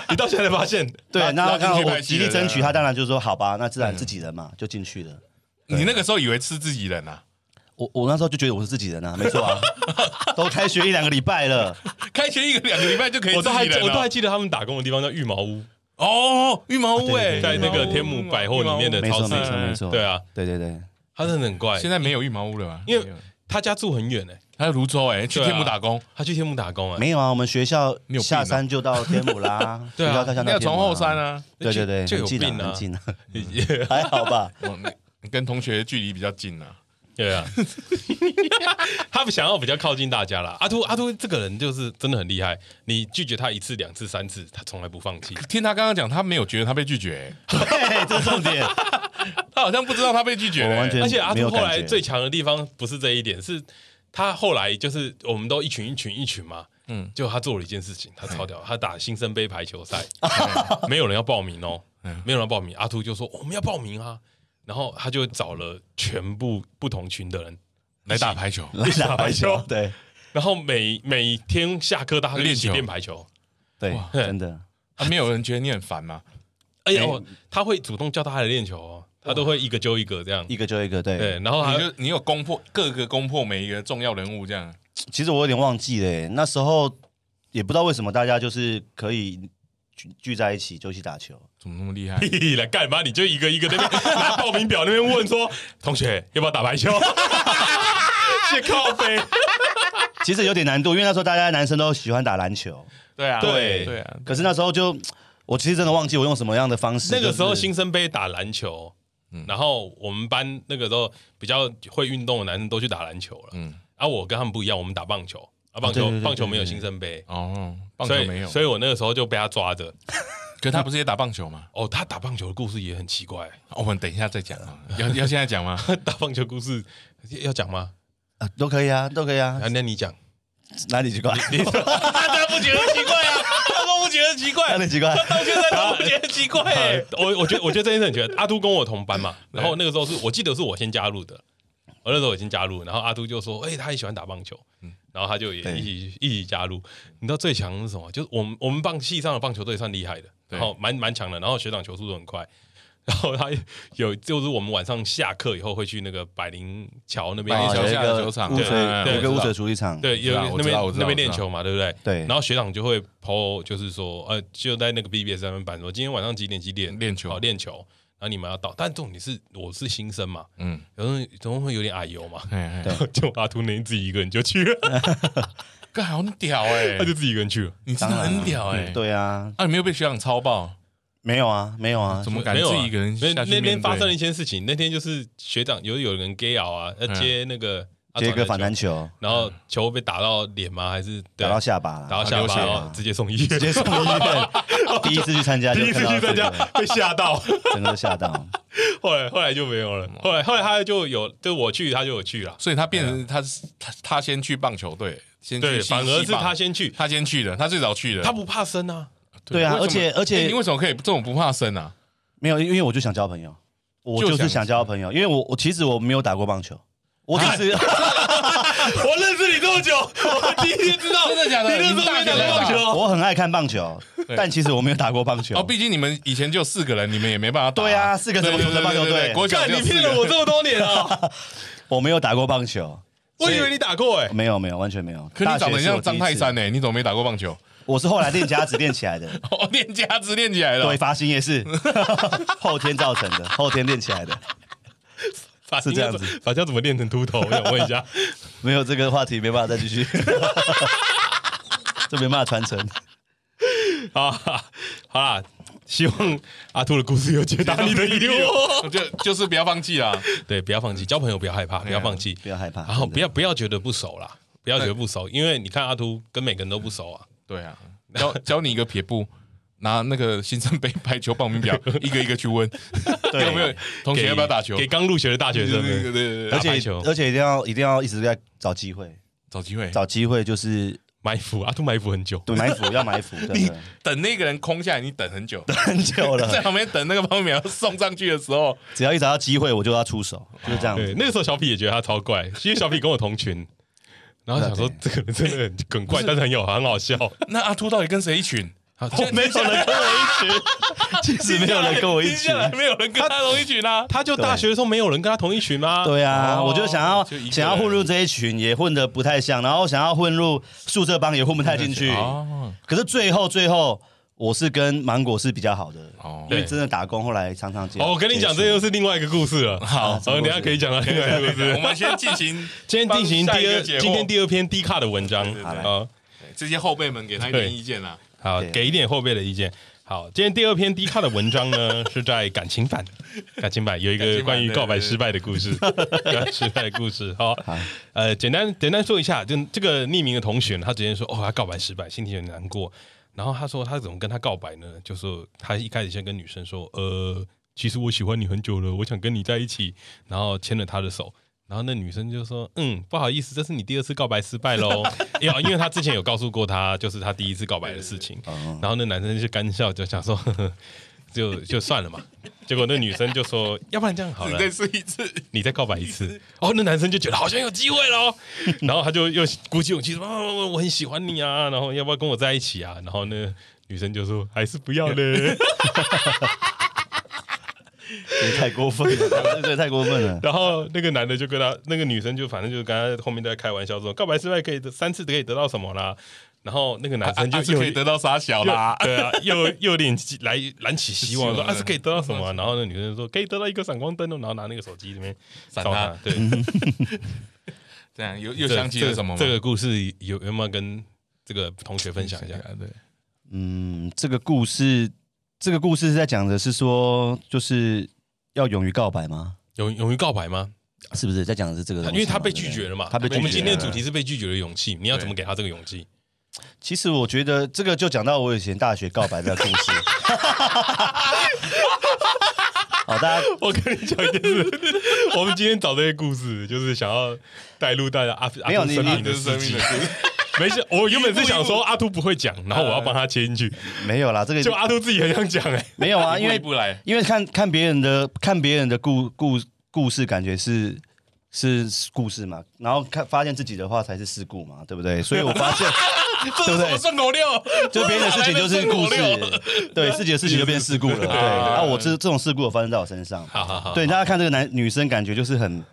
[SPEAKER 1] 你到现在才发现，
[SPEAKER 3] 对，
[SPEAKER 2] 拉
[SPEAKER 3] 那
[SPEAKER 2] 进
[SPEAKER 3] 刚好
[SPEAKER 2] 去
[SPEAKER 3] 我
[SPEAKER 2] 派系
[SPEAKER 3] 极力
[SPEAKER 2] 的啊嗯
[SPEAKER 3] 争取，他当然就说好吧，那自然自己人嘛，就进去了。
[SPEAKER 2] 你那个时候以为是自己人啊？
[SPEAKER 3] 我我那时候就觉得我是自己人啊，没错啊，都开学一两个礼 拜了，
[SPEAKER 2] 开学一个两个礼拜就可以
[SPEAKER 1] 我
[SPEAKER 2] 自
[SPEAKER 1] 都还
[SPEAKER 2] 己人
[SPEAKER 1] 我都还
[SPEAKER 2] 了。
[SPEAKER 1] 记得他们打工的地方叫羽毛屋，
[SPEAKER 2] 哦，羽毛屋哎，
[SPEAKER 3] 对对对
[SPEAKER 1] 在那
[SPEAKER 3] 羽
[SPEAKER 1] 个
[SPEAKER 3] 毛屋
[SPEAKER 1] 天母百货里面的
[SPEAKER 3] 没
[SPEAKER 1] 超
[SPEAKER 3] 错
[SPEAKER 1] 市
[SPEAKER 3] 没
[SPEAKER 1] 里，
[SPEAKER 3] 错没错，
[SPEAKER 1] 对啊，
[SPEAKER 3] 对对对，
[SPEAKER 1] 他真的很怪
[SPEAKER 2] 哎现。在没有羽毛屋了吧？
[SPEAKER 1] 因为他家住很远哎，
[SPEAKER 2] 还有泸州哎，去
[SPEAKER 1] 对啊
[SPEAKER 2] 天母打工，
[SPEAKER 1] 他去天母打工哎，
[SPEAKER 3] 没有啊，我们学校
[SPEAKER 2] 你有病啊
[SPEAKER 3] 下山就到天母啦，
[SPEAKER 1] 对啊
[SPEAKER 3] 学校下山
[SPEAKER 2] 那个
[SPEAKER 3] 到天
[SPEAKER 2] 从
[SPEAKER 3] 母啦
[SPEAKER 2] 后山，啊，
[SPEAKER 3] 对对对，
[SPEAKER 1] 就有
[SPEAKER 3] 很近
[SPEAKER 1] 病
[SPEAKER 3] 啊，
[SPEAKER 1] 啊
[SPEAKER 3] 很近啊，还好吧？
[SPEAKER 2] 哦你你跟同学距离比较近啊。
[SPEAKER 1] 对啊， 他不想要比较靠近大家啦。阿秃阿秃这个人就是真的很厉害，你拒绝他一次、两次、三次，他从来不放弃。
[SPEAKER 2] 听他刚刚讲，他没有觉得他被拒绝，哎
[SPEAKER 3] 对，这是重点，
[SPEAKER 2] 他好像不知道他被拒绝
[SPEAKER 3] 我完
[SPEAKER 2] 欸。
[SPEAKER 3] 全
[SPEAKER 1] 而且阿秃
[SPEAKER 3] 没有
[SPEAKER 1] 后
[SPEAKER 3] 感
[SPEAKER 1] 来
[SPEAKER 3] 觉
[SPEAKER 1] 最强的地方不是这一点，是他后来就是我们都一群一群一群嘛，嗯
[SPEAKER 2] 嗯，
[SPEAKER 1] 就他做了一件事情，他超屌，他打新生杯排球 赛，没有人要报名哦，
[SPEAKER 2] 嗯
[SPEAKER 1] 没有人要报名，阿秃就说我们要报名啊，然后他就找了全部不同群的人
[SPEAKER 2] 来打排球，
[SPEAKER 3] 来打
[SPEAKER 1] 打
[SPEAKER 3] 排球
[SPEAKER 1] 排球，
[SPEAKER 3] 对
[SPEAKER 1] 然后每每天下课大家就一起
[SPEAKER 2] 练球
[SPEAKER 1] 练排球。
[SPEAKER 3] 对，真的，
[SPEAKER 2] 啊没有人觉得你很烦吗？
[SPEAKER 1] 哎呀，我他会主动叫大家来练球哦，他都会一个揪一个这样。
[SPEAKER 3] 一个就一个，
[SPEAKER 1] 对，
[SPEAKER 3] 对。
[SPEAKER 1] 然后
[SPEAKER 2] 你
[SPEAKER 1] 他
[SPEAKER 2] 就哦你有攻破各个攻破每一个重要人物这样，
[SPEAKER 3] 其实我有点忘记了，那时候也不知道为什么大家就是可以聚聚在一起就去打球，
[SPEAKER 2] 怎么那么厉 害？
[SPEAKER 1] 屁来干嘛？你就一个一个那边拿报名表那边问说，同学要不要打排球？ 去靠背。
[SPEAKER 3] 其实有点难度，因为那时候大家男生都喜欢打篮球，
[SPEAKER 2] 对啊，
[SPEAKER 1] 对
[SPEAKER 2] 对啊，
[SPEAKER 3] 可是那时候就我其实真的忘记我用什么样的方式。
[SPEAKER 1] 那个时候
[SPEAKER 3] 就是
[SPEAKER 1] 新生杯打篮球，然后我们班那个时候比较会运动的男生都去打篮球了。嗯
[SPEAKER 2] 嗯，
[SPEAKER 1] 啊，我跟他们不一样，我们打棒球啊，棒
[SPEAKER 3] 对对
[SPEAKER 1] 球
[SPEAKER 3] 对对
[SPEAKER 1] 棒球没有
[SPEAKER 3] 对
[SPEAKER 1] 新生杯，
[SPEAKER 2] 哦，棒
[SPEAKER 1] 所
[SPEAKER 2] 球
[SPEAKER 1] 以
[SPEAKER 2] 没有，
[SPEAKER 1] 所以我那个时候就被他抓着。
[SPEAKER 2] 可他不是也打棒球吗？哦
[SPEAKER 1] 哦，他打棒球的故事也很奇怪，
[SPEAKER 2] 我们等一下再讲啊，要要现在讲 吗？
[SPEAKER 1] 打棒球故事要讲吗？
[SPEAKER 3] 啊都可以啊，都可以啊
[SPEAKER 1] 啊，，那你讲。
[SPEAKER 3] 哪里奇怪？
[SPEAKER 2] 大家不觉得奇怪啊？大家不觉得奇
[SPEAKER 3] 哪
[SPEAKER 2] 怪？
[SPEAKER 3] 里奇怪？
[SPEAKER 2] 到现在都不觉得奇怪 欸。
[SPEAKER 1] 呃我我觉得我觉得这件事很绝。阿都跟我同班 嘛，然后那个时候是我记得是我先加入的，我那时候已经加入，然后阿都就说，哎、他也喜欢打棒球，
[SPEAKER 2] 嗯
[SPEAKER 1] 然后他就也
[SPEAKER 3] 对
[SPEAKER 1] 一起一起加入。你知道最强是什么？就是我们我们棒系上的棒球队算厉害的，
[SPEAKER 2] 对
[SPEAKER 1] 然后蛮蛮强的，然后学长球速都很快。然后他有就是我们晚上下课以后会去那个百灵桥那边
[SPEAKER 2] 百
[SPEAKER 3] 啊
[SPEAKER 2] 灵桥
[SPEAKER 3] 有一
[SPEAKER 2] 下
[SPEAKER 3] 个
[SPEAKER 2] 球场
[SPEAKER 3] 污水
[SPEAKER 2] 对对
[SPEAKER 3] 有
[SPEAKER 2] 对
[SPEAKER 3] 一个
[SPEAKER 2] 我
[SPEAKER 3] 污
[SPEAKER 2] 知道
[SPEAKER 3] 水处理厂，
[SPEAKER 1] 对，有
[SPEAKER 2] 知道嗯我
[SPEAKER 1] 那
[SPEAKER 2] 知道
[SPEAKER 1] 边
[SPEAKER 2] 我知道
[SPEAKER 1] 那边
[SPEAKER 2] 我知
[SPEAKER 1] 练
[SPEAKER 2] 道
[SPEAKER 1] 球嘛，对不对？
[SPEAKER 3] 对
[SPEAKER 1] 然后学长就会 PO，就是说，呃，就在那个 BBS 上面板说，今天晚上几点几点
[SPEAKER 2] 练球
[SPEAKER 1] 好练球，然后你们要到。但重点是，我是新生嘛，
[SPEAKER 2] 嗯，
[SPEAKER 1] 有时候总会有点矮油嘛。
[SPEAKER 2] 哎，
[SPEAKER 3] 对
[SPEAKER 1] 就阿图那天自己一个人就去了，
[SPEAKER 2] 干好屌哎
[SPEAKER 1] 他， 就自己一个人去了。
[SPEAKER 2] 你真的很屌哎。
[SPEAKER 3] 嗯对啊，
[SPEAKER 2] 啊，你没有被学长超爆？
[SPEAKER 3] 没有啊，没有啊
[SPEAKER 2] 怎，么敢
[SPEAKER 1] 没
[SPEAKER 2] 自
[SPEAKER 1] 有啊
[SPEAKER 2] 己一个人
[SPEAKER 1] 那
[SPEAKER 2] 下去
[SPEAKER 1] 那
[SPEAKER 2] 面对？
[SPEAKER 1] 天发生了一件事情，那天就是学长有有人 gay 熬啊，要
[SPEAKER 2] 嗯
[SPEAKER 1] 接那个
[SPEAKER 2] 啊
[SPEAKER 1] 阿
[SPEAKER 3] 接一
[SPEAKER 1] 转
[SPEAKER 3] 个
[SPEAKER 1] 的
[SPEAKER 3] 反
[SPEAKER 1] 球
[SPEAKER 3] 弹球，
[SPEAKER 1] 然后球被打到脸吗？还是对
[SPEAKER 3] 打到下巴
[SPEAKER 1] 打到
[SPEAKER 3] 啦，
[SPEAKER 1] 下
[SPEAKER 2] 啊流
[SPEAKER 1] 巴，
[SPEAKER 2] 血
[SPEAKER 1] 然后直接送医院
[SPEAKER 3] 直，接 送医院。第一次去参加，
[SPEAKER 1] 第一次去参加，被吓 到。
[SPEAKER 3] 整个都吓到。
[SPEAKER 1] 后来后来就没有了，
[SPEAKER 3] 嗯
[SPEAKER 1] 后来后来他就有，就我去他就有去了，
[SPEAKER 2] 所以他变
[SPEAKER 3] 啊
[SPEAKER 2] 成他是他他先去棒球队，先去
[SPEAKER 1] 对，
[SPEAKER 2] 西
[SPEAKER 1] 反而是
[SPEAKER 2] 西棒
[SPEAKER 1] 他先去，
[SPEAKER 2] 他先去的，他最早去的。
[SPEAKER 1] 他不怕生啊，
[SPEAKER 3] 对
[SPEAKER 2] 为
[SPEAKER 3] 啊，
[SPEAKER 2] 什么
[SPEAKER 3] 而且而
[SPEAKER 2] 哎
[SPEAKER 3] 且
[SPEAKER 2] 你为什么可以这么不怕生啊？
[SPEAKER 3] 没有，因为我就想交朋友，我
[SPEAKER 2] 就
[SPEAKER 3] 就
[SPEAKER 2] 想
[SPEAKER 3] 是想交朋友，因为我我其实我没有打过棒球，我只
[SPEAKER 2] 啊
[SPEAKER 3] 是
[SPEAKER 1] 我认识你这么久，我第一天知道，
[SPEAKER 2] 真的假的
[SPEAKER 1] 你那时候没打过棒
[SPEAKER 2] 你大学啊
[SPEAKER 1] 球，
[SPEAKER 3] 我很爱看棒球，但其实我没有打过棒球
[SPEAKER 2] 哦，。毕竟你们以前就四个人，你们也没办法打。
[SPEAKER 3] 对啊，，四个
[SPEAKER 2] 对
[SPEAKER 3] 人
[SPEAKER 2] 对
[SPEAKER 3] 组
[SPEAKER 2] 对
[SPEAKER 3] 成棒球
[SPEAKER 2] 对对对
[SPEAKER 3] 队，
[SPEAKER 2] 国小
[SPEAKER 1] 干
[SPEAKER 2] 就
[SPEAKER 1] 你
[SPEAKER 2] 有四
[SPEAKER 1] 骗
[SPEAKER 2] 个
[SPEAKER 1] 了我这么多年 啊！
[SPEAKER 3] 我没有打过棒球，
[SPEAKER 1] 我以为你打过哎，
[SPEAKER 3] 没有没有，完全没有。
[SPEAKER 2] 可你长得很像张泰山
[SPEAKER 3] 呢，
[SPEAKER 2] 呢、你怎么没打过棒球？
[SPEAKER 3] 我是后来练家子练起来的，
[SPEAKER 2] 哦，练家子练起来了
[SPEAKER 3] 对，。发型也是后天造成的，后天练起来的。
[SPEAKER 1] 法
[SPEAKER 3] 是这样子，
[SPEAKER 1] 法教怎么练成秃头？我想问一 下，
[SPEAKER 3] 没有这个话题，没办法再继续， 这没办法传承。
[SPEAKER 1] 好，好啦，希望阿兔的故事有解答 你的疑惑，
[SPEAKER 2] 就就是不要放弃啊啦。
[SPEAKER 1] 对，不要放弃，交朋友不要害怕，不要放弃，
[SPEAKER 3] 不要害怕，
[SPEAKER 1] 然后
[SPEAKER 3] 真的
[SPEAKER 1] 不要不要觉得不熟啦，不要觉得不熟，因为你看阿秃跟每个人都不熟啊。
[SPEAKER 2] 对啊，教 教你一个撇步，拿那个新生杯排球报名表，一个一个去问
[SPEAKER 3] 对
[SPEAKER 2] 有没有同学要不要打球。
[SPEAKER 1] 给刚入学的大学
[SPEAKER 2] 对
[SPEAKER 1] 生
[SPEAKER 2] 对
[SPEAKER 1] 们。
[SPEAKER 2] 对对
[SPEAKER 1] 打
[SPEAKER 3] 而
[SPEAKER 2] 对，
[SPEAKER 1] 排
[SPEAKER 3] 且
[SPEAKER 1] 球
[SPEAKER 3] 而且一定要一定要一直在找机会，
[SPEAKER 2] 找机会。
[SPEAKER 3] 找机会就是
[SPEAKER 1] 埋伏，阿兔埋伏很久，
[SPEAKER 3] 对，埋伏要埋伏，真
[SPEAKER 2] 你
[SPEAKER 3] 的
[SPEAKER 2] 等那个人空下来，你等很久，
[SPEAKER 3] 很久
[SPEAKER 2] 在
[SPEAKER 3] 了，
[SPEAKER 2] 旁边等那个方便面送上去的时候，
[SPEAKER 3] 只要一找到机会，我就要出手，就是这样
[SPEAKER 1] 对，
[SPEAKER 3] 子。
[SPEAKER 1] 那个时候小痞也觉得他超怪，因为小痞跟我同群，然后想说这个人真的很很怪，但是很有很好笑。
[SPEAKER 2] 那阿秃到底跟谁一群？
[SPEAKER 1] 后没有人跟我一 群，其
[SPEAKER 3] 实没有人跟我一群
[SPEAKER 2] 接下来没有人跟他同一群啊啦、
[SPEAKER 1] 他就大学的时候没有人跟他同一群啊。
[SPEAKER 3] 对啊，
[SPEAKER 2] 哦
[SPEAKER 3] 我就想要
[SPEAKER 2] 就一个人
[SPEAKER 3] 想要混入这一群，也混得不太像，然后想要混入宿舍帮也混不太进去。
[SPEAKER 2] 哦
[SPEAKER 3] 可是最后最后，我是跟芒果是比较好的，
[SPEAKER 2] 哦
[SPEAKER 3] 因为
[SPEAKER 1] 对
[SPEAKER 3] 真的打工，后来常常接。
[SPEAKER 1] 哦，我跟你讲，这又是另外一个故事了。好，
[SPEAKER 3] 什
[SPEAKER 1] 我们
[SPEAKER 3] 么
[SPEAKER 1] 等
[SPEAKER 3] 故事
[SPEAKER 1] 一下可以讲到另外一个故
[SPEAKER 2] 对，我
[SPEAKER 1] 事。
[SPEAKER 2] 们先进行
[SPEAKER 1] 今天进行
[SPEAKER 2] 帮下一
[SPEAKER 1] 第
[SPEAKER 2] 个
[SPEAKER 1] 二，
[SPEAKER 2] 解惑
[SPEAKER 1] 今天第二篇低卡的文章
[SPEAKER 2] 对
[SPEAKER 3] 对
[SPEAKER 1] 啊，
[SPEAKER 2] 这些后辈们给他一点意见啊啦。
[SPEAKER 1] 好，
[SPEAKER 3] 对
[SPEAKER 1] 给一点后辈的意见。好，今天第二篇低卡的文章 呢，是在感情版，感情版有一
[SPEAKER 2] 感情
[SPEAKER 1] 个
[SPEAKER 2] 版
[SPEAKER 1] 关于
[SPEAKER 2] 对
[SPEAKER 1] 告白
[SPEAKER 2] 对对
[SPEAKER 1] 失败的故 事，告白失败的故事。好，呃，简单简单说一下，就这个匿名的同学呢，他直接说，哦，他告白失败，心情很难过。然后他说他怎么跟他告白呢？就说他一开始先跟女生说，呃，其实我喜欢你很久了，我想跟你在一起，然后牵了她的手。然后那女生就说：“嗯，不好意思，这是你第二次告白失败喽。 因为因为他之前有告诉过他，就是他第一次告白的事情。然后那男生就干笑，就想说， 呵呵就就算了嘛。结果那女生就说：要不然这样好
[SPEAKER 2] 你
[SPEAKER 1] 了，
[SPEAKER 2] 再试一次，
[SPEAKER 1] 你再告白一次。哦，那男生就觉得好像有机会 喽，然后他就又鼓起勇气说：“啊，我我很喜欢你啊，然后要不要跟我在一起啊？”然后那女生就说：“还是不要嘞。
[SPEAKER 3] 这太过分 了，这太过分了”。
[SPEAKER 1] 然后那个男的就跟他，那个女生就反正就跟他后面都在开玩笑说：“告白失败可以得三次可以得到什么啦？”然后那个男生
[SPEAKER 2] 啊啊
[SPEAKER 1] 就是又
[SPEAKER 2] 可以得到啥小
[SPEAKER 1] 又
[SPEAKER 2] 啦。
[SPEAKER 1] 对啊，又又有点起来燃起希望，
[SPEAKER 2] 希
[SPEAKER 1] 说
[SPEAKER 2] 望
[SPEAKER 1] 啊是可以得到什么啊、然后那女生说可以得到一个闪光灯哦，然后拿那个手机里面
[SPEAKER 2] 闪
[SPEAKER 1] 照
[SPEAKER 2] 他
[SPEAKER 1] 对，
[SPEAKER 2] 这样又又想起了什么吗？
[SPEAKER 1] 这个这个故事有有没有跟这个同学分享一下？
[SPEAKER 2] 对，
[SPEAKER 3] 嗯，这个故事，这个故事是在讲的是说，就是要勇于告白吗？
[SPEAKER 1] 勇勇于告白吗？
[SPEAKER 3] 是不是在讲的是这个东西
[SPEAKER 1] 因为
[SPEAKER 3] 嘛？
[SPEAKER 1] 他被
[SPEAKER 3] 对不
[SPEAKER 1] 拒
[SPEAKER 3] 对
[SPEAKER 1] 绝了嘛。
[SPEAKER 3] 他被拒绝了。
[SPEAKER 1] 我们今天的主题是被拒绝的勇气，你要怎么给他这个勇气？
[SPEAKER 3] 其实我觉得这个就讲到我以前大学告白的 故事。好，大家
[SPEAKER 1] 我跟你讲一件事， 我们今天找这些故事，就是想要带入大家阿
[SPEAKER 3] 没有
[SPEAKER 1] 阿
[SPEAKER 3] 你
[SPEAKER 1] 兔生命
[SPEAKER 2] 这
[SPEAKER 1] 的
[SPEAKER 2] 是生
[SPEAKER 1] 事
[SPEAKER 2] 命
[SPEAKER 1] 迹
[SPEAKER 2] 的。故事。
[SPEAKER 1] 没事，我原本是想说阿秃不会讲，然后我要帮他切进去，
[SPEAKER 3] 没有啦，这个
[SPEAKER 1] 就啊阿秃自己很想讲哎。
[SPEAKER 3] 没 有啊，
[SPEAKER 2] 一
[SPEAKER 3] 因
[SPEAKER 2] 步一
[SPEAKER 3] 为
[SPEAKER 2] 步来，
[SPEAKER 3] 因为看看别人的看别人的故故故事，感觉是是故事嘛，然后看发现自己的话才是事故嘛，对不对？所以我发现
[SPEAKER 2] 这是什么顺口溜？
[SPEAKER 3] 就别人的事情就是故事，对自己的事情就变事故了。对，然后我这这种事故有发生在我身上。
[SPEAKER 1] 好好好，
[SPEAKER 3] 对，大家看这个男女生，感觉就是很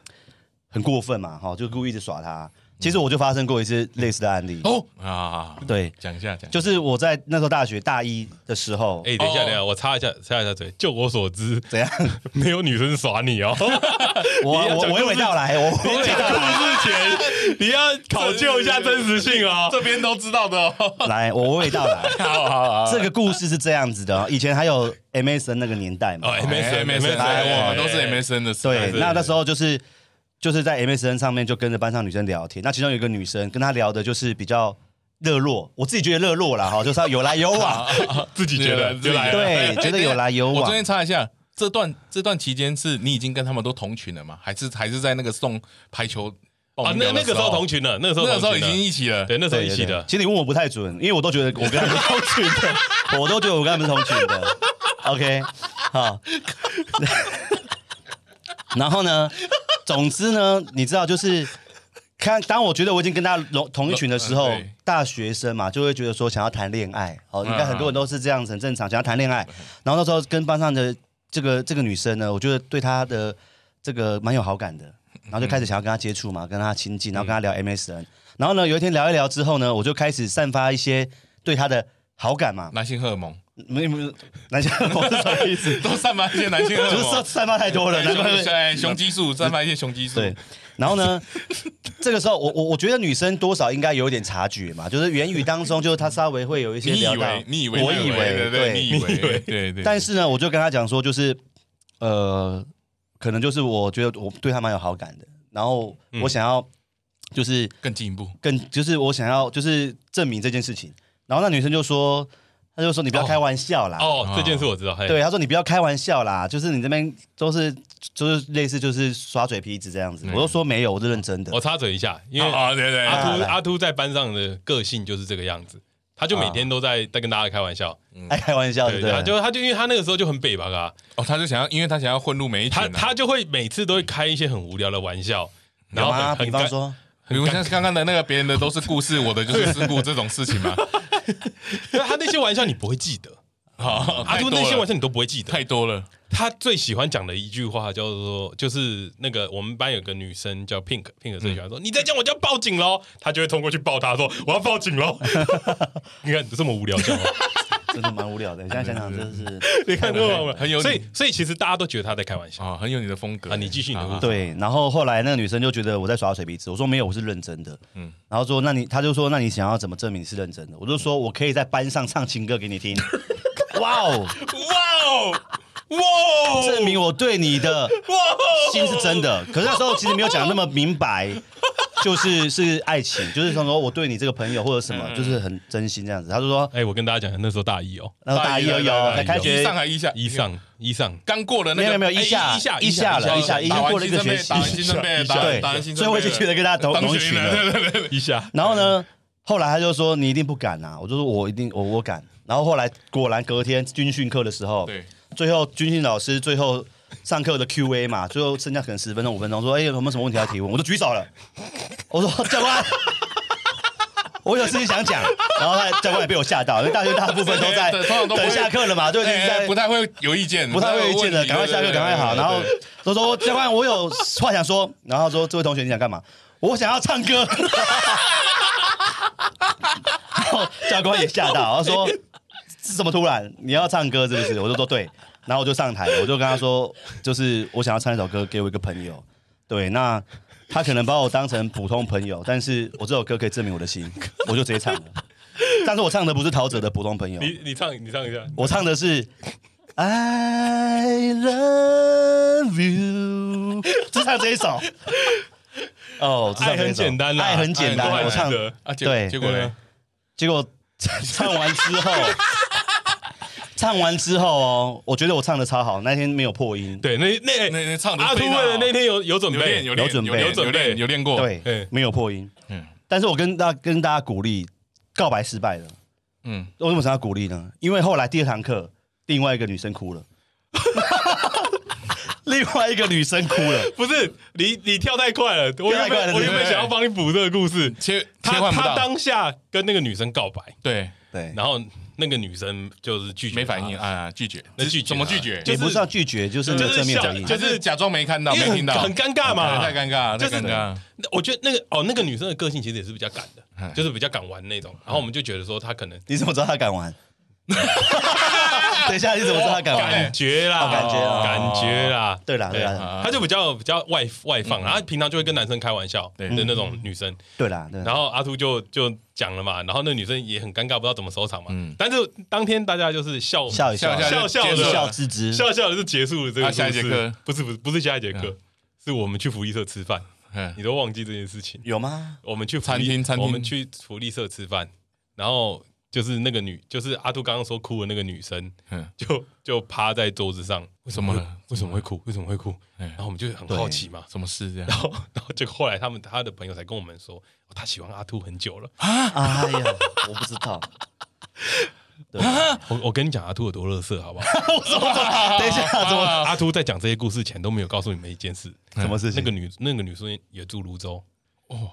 [SPEAKER 3] 很过分嘛，哈，就故意的耍他。其实我就发生过一次类似的案例，
[SPEAKER 2] 哦啊，
[SPEAKER 3] 对，
[SPEAKER 2] 讲一下，讲一下
[SPEAKER 3] 就是我在那时候大学大一的时候，
[SPEAKER 1] 哎，等一下，
[SPEAKER 2] 哦
[SPEAKER 1] 等一下，我插一下，插一下嘴。就我所知，
[SPEAKER 3] 怎样？
[SPEAKER 1] 没有女生耍你哦。
[SPEAKER 3] 我
[SPEAKER 1] 你要
[SPEAKER 3] 我
[SPEAKER 1] 讲
[SPEAKER 3] 娓娓道来，我娓娓道来，
[SPEAKER 1] 事前，你要考究一下真实性哦。
[SPEAKER 2] 这边都知道的哦。
[SPEAKER 3] 来，我娓娓道来。
[SPEAKER 2] 好好好，
[SPEAKER 3] 这个故事是这样子的哦，以前还有 MSN 那个年代嘛
[SPEAKER 1] 哦，
[SPEAKER 2] MSN
[SPEAKER 1] MSN，
[SPEAKER 2] 哎我们都是 MSN 的时代，
[SPEAKER 3] 对，那那时候就是就是在 MSN 上面就跟着班上女生聊天，那其中有一个女生跟她聊的就是比较热络，我自己觉得热络啦，哈，就是她有来有往，
[SPEAKER 1] 自己觉得
[SPEAKER 2] 对
[SPEAKER 1] 就来了。
[SPEAKER 3] 对，觉得有来有
[SPEAKER 2] 哎我
[SPEAKER 3] 往
[SPEAKER 2] 中。间插一下，这段这段期间是你已经跟他们都同群了吗？还是还是在那个送排球
[SPEAKER 1] 啊，
[SPEAKER 3] 哦
[SPEAKER 1] 那那个时候同群了，那个时候
[SPEAKER 2] 那个时候
[SPEAKER 1] 同
[SPEAKER 2] 已
[SPEAKER 1] 群了
[SPEAKER 2] 经一起了。
[SPEAKER 1] 对，那时候
[SPEAKER 3] 对
[SPEAKER 1] 一起
[SPEAKER 3] 对对
[SPEAKER 1] 的。
[SPEAKER 3] 其实你问我不太准，因为我都觉得我跟他们是同群 的，我都觉得我跟他们是同群的。OK，好。然后呢，总之呢，你知道就是。看，当我觉得我已经跟他同同一群的时候
[SPEAKER 2] 嗯对，
[SPEAKER 3] 大学生嘛，就会觉得说想要谈恋爱。哦，你看
[SPEAKER 2] 嗯
[SPEAKER 3] 很多人都是这样子，很正常，想要谈恋爱。
[SPEAKER 1] 嗯
[SPEAKER 3] 然后那时候跟班上的这个这个女生呢，我觉得对她的这个蛮有好感的，
[SPEAKER 2] 嗯
[SPEAKER 3] 然后就开始想要跟她接触嘛，跟她亲近，然后跟她聊 MSN。然后呢，有一天聊一聊之后呢，我就开始散发一些对她的好感嘛。
[SPEAKER 2] 男性荷尔蒙
[SPEAKER 3] 没没，男性荷尔蒙是什么意思？
[SPEAKER 2] 都散发一些男性荷尔
[SPEAKER 3] 就是说
[SPEAKER 2] 蒙，
[SPEAKER 3] 散发太多了，难怪会
[SPEAKER 2] 对哎雄激素散发一些雄激素。
[SPEAKER 3] 对，然后呢，这个时候我我我觉得女生多少应该有一点察觉嘛，就是言语当中，就是她稍微会有一些
[SPEAKER 2] 你
[SPEAKER 3] 聊
[SPEAKER 2] 以
[SPEAKER 3] 到
[SPEAKER 2] 为，你以为
[SPEAKER 3] 我以
[SPEAKER 2] 对
[SPEAKER 3] 为
[SPEAKER 2] 对，你以为对对对，
[SPEAKER 3] 但是呢，我就跟他讲说，就是呃，可能就是我觉得我对他蛮有好感的，然后
[SPEAKER 1] 嗯
[SPEAKER 3] 我想要就是
[SPEAKER 2] 更进一步，
[SPEAKER 3] 更就是我想要就是证明这件事情。然后那女生就说他就说你不要开玩笑啦。
[SPEAKER 1] 哦，这件事我知道，嘿，
[SPEAKER 3] 对，他说你不要开玩笑啦，就是你这边都是就是类似就是耍嘴皮子这样子。我就说没有，我是认真的
[SPEAKER 1] 嗯我。插嘴一下，因为
[SPEAKER 2] 啊，对对，
[SPEAKER 1] 阿
[SPEAKER 3] 来
[SPEAKER 1] 秃
[SPEAKER 3] 来
[SPEAKER 1] 阿秃在班上的个性就是这个样子，他就每天都在在跟大家开玩笑，
[SPEAKER 3] 爱开玩笑，对
[SPEAKER 1] 对，
[SPEAKER 3] 啊不对
[SPEAKER 1] 他？就他就因为他那个时候就很北吧嘎，
[SPEAKER 2] 哦，他就想要，因为他想要混入每一群
[SPEAKER 1] 他
[SPEAKER 2] 啊。
[SPEAKER 1] 他就会每次都会开一些很无聊的玩笑，然
[SPEAKER 3] 有
[SPEAKER 1] 后
[SPEAKER 3] 吗？
[SPEAKER 1] 很很
[SPEAKER 3] 比方
[SPEAKER 1] 尴
[SPEAKER 3] 说，
[SPEAKER 2] 比如像刚刚的那个别人的都是故事，我的就是事故这种事情 嘛。
[SPEAKER 1] 对他那些玩笑你不会记得，
[SPEAKER 2] 好，
[SPEAKER 1] 啊阿
[SPEAKER 2] 太
[SPEAKER 1] 秃
[SPEAKER 2] 多
[SPEAKER 1] 那些玩
[SPEAKER 2] 了，
[SPEAKER 1] 笑你都不会记得。
[SPEAKER 2] 太多了。
[SPEAKER 1] 他最喜欢讲的一句话叫做，就是那个我们班有个女生叫 Pink，Pink 最喜欢说、你再这样我就要报警喽，他就会冲过去抱她说我要报警喽。你看这么无聊笑话，
[SPEAKER 3] 真的蛮无聊的。你现在想 想，真的是
[SPEAKER 1] 你看这么无聊，
[SPEAKER 2] 很 有
[SPEAKER 1] 所以所以其实大家都觉得他在开玩笑。
[SPEAKER 2] 啊，很有你的风格
[SPEAKER 1] 啊你继续你的故事
[SPEAKER 3] 对，
[SPEAKER 2] 嗯
[SPEAKER 3] 然后后来那个女生就觉得我在耍水皮子，我说没有，我是认真的。嗯，然后说那你，他就说那你想要怎么证明你是认真的？我就说我可以在班上唱情歌给你 听。哇哦，
[SPEAKER 1] 哇哦，哇哦，
[SPEAKER 3] 证明我对你的
[SPEAKER 2] 哦
[SPEAKER 3] 心是真的。可是那时候其实没有讲得那么明白， 就是是爱情，就是想说我对你这个朋友或者什么，
[SPEAKER 2] 嗯
[SPEAKER 3] 就是很真心这样子。他就说，
[SPEAKER 1] 哎、我跟大家讲，那时候大一哦，
[SPEAKER 3] 然后大一有
[SPEAKER 2] 哎
[SPEAKER 3] 有才开
[SPEAKER 2] 一
[SPEAKER 3] 学
[SPEAKER 2] 上还一下，
[SPEAKER 1] 一上一上，
[SPEAKER 2] 刚过了那
[SPEAKER 3] 没
[SPEAKER 2] 个
[SPEAKER 3] 有没有
[SPEAKER 2] 哎
[SPEAKER 3] 一下
[SPEAKER 2] 一下
[SPEAKER 3] 一下了一下一下
[SPEAKER 2] 打完
[SPEAKER 3] 过了一个
[SPEAKER 2] 新生杯
[SPEAKER 3] 学期
[SPEAKER 2] 打完新生杯，打完
[SPEAKER 3] 对
[SPEAKER 2] 打完新生杯了，
[SPEAKER 3] 所以我就觉得跟大家同
[SPEAKER 2] 当
[SPEAKER 3] 同
[SPEAKER 2] 学啊
[SPEAKER 3] 群
[SPEAKER 2] 员
[SPEAKER 3] 了。
[SPEAKER 2] 了，对对对，
[SPEAKER 1] 一下，
[SPEAKER 3] 然后呢，后来他就说你一定不敢啊，我就说我一定我我敢。然后后来果然隔天军训课的时候，
[SPEAKER 2] 对，
[SPEAKER 3] 最后军训老师最后上课的 Q&A 嘛，最后剩下可能十分钟五分钟，说哎、有没有什么问题要提问？我就举手了，我说教官。 我有事情想讲，然后他教官也被我吓到，因为大学大部分都在
[SPEAKER 2] 对对通常都不会
[SPEAKER 3] 等下课了嘛，对，就是
[SPEAKER 2] 哎
[SPEAKER 3] 在
[SPEAKER 2] 不太会有意见，
[SPEAKER 3] 不太会有意见的，赶快下课，赶快好。然后都说教官，我有话想说。然后说这位同学你想干嘛？我想要唱歌。然后教官也吓到，然后说是这么突然，你要唱歌是不是？我就说对。然后我就上台，我就跟他说，就是我想要唱一首歌给我一个朋友。对，那他可能把我当成普通朋友，但是我这首歌可以证明我的心，我就直接唱了。但是我唱的不是陶喆的《普通朋友》，
[SPEAKER 1] 你你唱你唱一下，
[SPEAKER 3] 我唱的是 I love you，就唱这一首。哦，只唱
[SPEAKER 1] 爱
[SPEAKER 3] 这一
[SPEAKER 1] 很
[SPEAKER 3] 首
[SPEAKER 1] 简单啦，啊哎
[SPEAKER 3] 爱很简单。
[SPEAKER 1] 爱很
[SPEAKER 3] 我唱
[SPEAKER 1] 难，得
[SPEAKER 2] 啊，结
[SPEAKER 3] 对
[SPEAKER 2] 结果呢？
[SPEAKER 3] 结果唱完之后，唱完之后哦，我觉得我唱的超好，那天没有破音。
[SPEAKER 1] 对，那那
[SPEAKER 2] 那那唱得
[SPEAKER 1] 阿秃
[SPEAKER 2] 非常好
[SPEAKER 1] 为了那天有有准
[SPEAKER 2] 有
[SPEAKER 1] 备
[SPEAKER 2] 练，有
[SPEAKER 3] 有
[SPEAKER 2] 练
[SPEAKER 3] 准备
[SPEAKER 2] 有
[SPEAKER 1] 有准
[SPEAKER 2] 准
[SPEAKER 1] 备
[SPEAKER 2] 备有练过，
[SPEAKER 3] 对，
[SPEAKER 1] 哎
[SPEAKER 3] 没有破音。
[SPEAKER 2] 嗯
[SPEAKER 3] 但是我跟大跟大家鼓励，告白失败了。
[SPEAKER 2] 嗯，
[SPEAKER 3] 为什么想要鼓励呢？因为后来第二堂课，另外一个女生 哭了，另外一个女生哭了。
[SPEAKER 1] 不是你你跳太快了，我
[SPEAKER 3] 太
[SPEAKER 1] 原
[SPEAKER 3] 快了
[SPEAKER 1] 本我原
[SPEAKER 2] 对
[SPEAKER 1] 本
[SPEAKER 2] 不对
[SPEAKER 1] 想要帮你补这个故事。
[SPEAKER 2] 切切
[SPEAKER 1] 他
[SPEAKER 2] 换不
[SPEAKER 1] 他
[SPEAKER 2] 到，
[SPEAKER 1] 当下跟那个女生告白，
[SPEAKER 2] 对，
[SPEAKER 3] 对，
[SPEAKER 1] 然后那个女生就是拒绝，
[SPEAKER 2] 没反应。啊，拒绝，
[SPEAKER 1] 那拒绝
[SPEAKER 2] 怎么
[SPEAKER 1] 啊
[SPEAKER 2] 拒绝？
[SPEAKER 1] 就
[SPEAKER 3] 也不是要拒绝，就是没有正面回应。
[SPEAKER 1] 就
[SPEAKER 2] 就是是假装没看到，
[SPEAKER 1] 因
[SPEAKER 2] 啊没
[SPEAKER 1] 为很
[SPEAKER 2] 听到，哦哎
[SPEAKER 1] 很尴尬嘛，
[SPEAKER 2] 太尴尬，
[SPEAKER 1] 就
[SPEAKER 2] 太
[SPEAKER 1] 是
[SPEAKER 2] 尴尬。
[SPEAKER 1] 那我觉得那个哦，那个女生的个性其实也是比较敢的
[SPEAKER 2] 哎，
[SPEAKER 1] 就是比较敢玩那种。然后我们就觉得说她可能
[SPEAKER 3] 你怎么知道他敢 玩？等一下，你怎么知道他敢
[SPEAKER 1] 感
[SPEAKER 3] 玩？
[SPEAKER 1] 觉啦，
[SPEAKER 2] 嗯
[SPEAKER 3] 哦感觉哦
[SPEAKER 1] 感觉啦，
[SPEAKER 3] 对啦对啦
[SPEAKER 2] 啊嗯
[SPEAKER 1] 她就比较比较外外放，然后平常就会跟男生开玩笑的
[SPEAKER 2] 对嗯
[SPEAKER 1] 那种女生。
[SPEAKER 3] 对啦，对啦。
[SPEAKER 1] 然后阿秃就就讲了嘛，然后那女生也很尴尬，不知道怎么收场嘛。
[SPEAKER 2] 嗯
[SPEAKER 1] 但是当天大家就是笑
[SPEAKER 3] 笑一笑，
[SPEAKER 2] 笑
[SPEAKER 1] 笑笑
[SPEAKER 2] 结
[SPEAKER 1] 的
[SPEAKER 2] 束
[SPEAKER 3] 一
[SPEAKER 2] 了
[SPEAKER 3] 笑置之。
[SPEAKER 1] 笑笑的就结束了这个
[SPEAKER 2] 啊下一节
[SPEAKER 1] 故事
[SPEAKER 2] 课
[SPEAKER 1] 不是不是不是下一节课，是我们去福利社吃饭，
[SPEAKER 2] 嗯
[SPEAKER 1] 你都忘记这件事情。
[SPEAKER 3] 有吗？
[SPEAKER 1] 我们去福利
[SPEAKER 2] 餐厅餐厅
[SPEAKER 1] 我们去福利社吃饭，然后就是那个女，就是阿杜刚刚说哭的那个女生，
[SPEAKER 2] 嗯，
[SPEAKER 1] 就就趴在桌子上，为
[SPEAKER 2] 什么了？
[SPEAKER 1] 为什么会哭？为什么会哭？
[SPEAKER 2] 哎
[SPEAKER 1] 然后我们就很好奇嘛。
[SPEAKER 2] 什么事这样？
[SPEAKER 1] 然后， 然后结果后来他们他的朋友才跟我们说，哦他喜欢阿兔很久了。
[SPEAKER 3] 哎呀，我不知 道。
[SPEAKER 1] 我我跟你讲，阿兔有多乐色，好不好？
[SPEAKER 3] 等一下，怎么嗯
[SPEAKER 1] 阿兔在讲这些故事前都没有告诉你们一件事，
[SPEAKER 3] 什么事
[SPEAKER 1] 那
[SPEAKER 3] 情
[SPEAKER 1] 个？女那个女生也住泸州，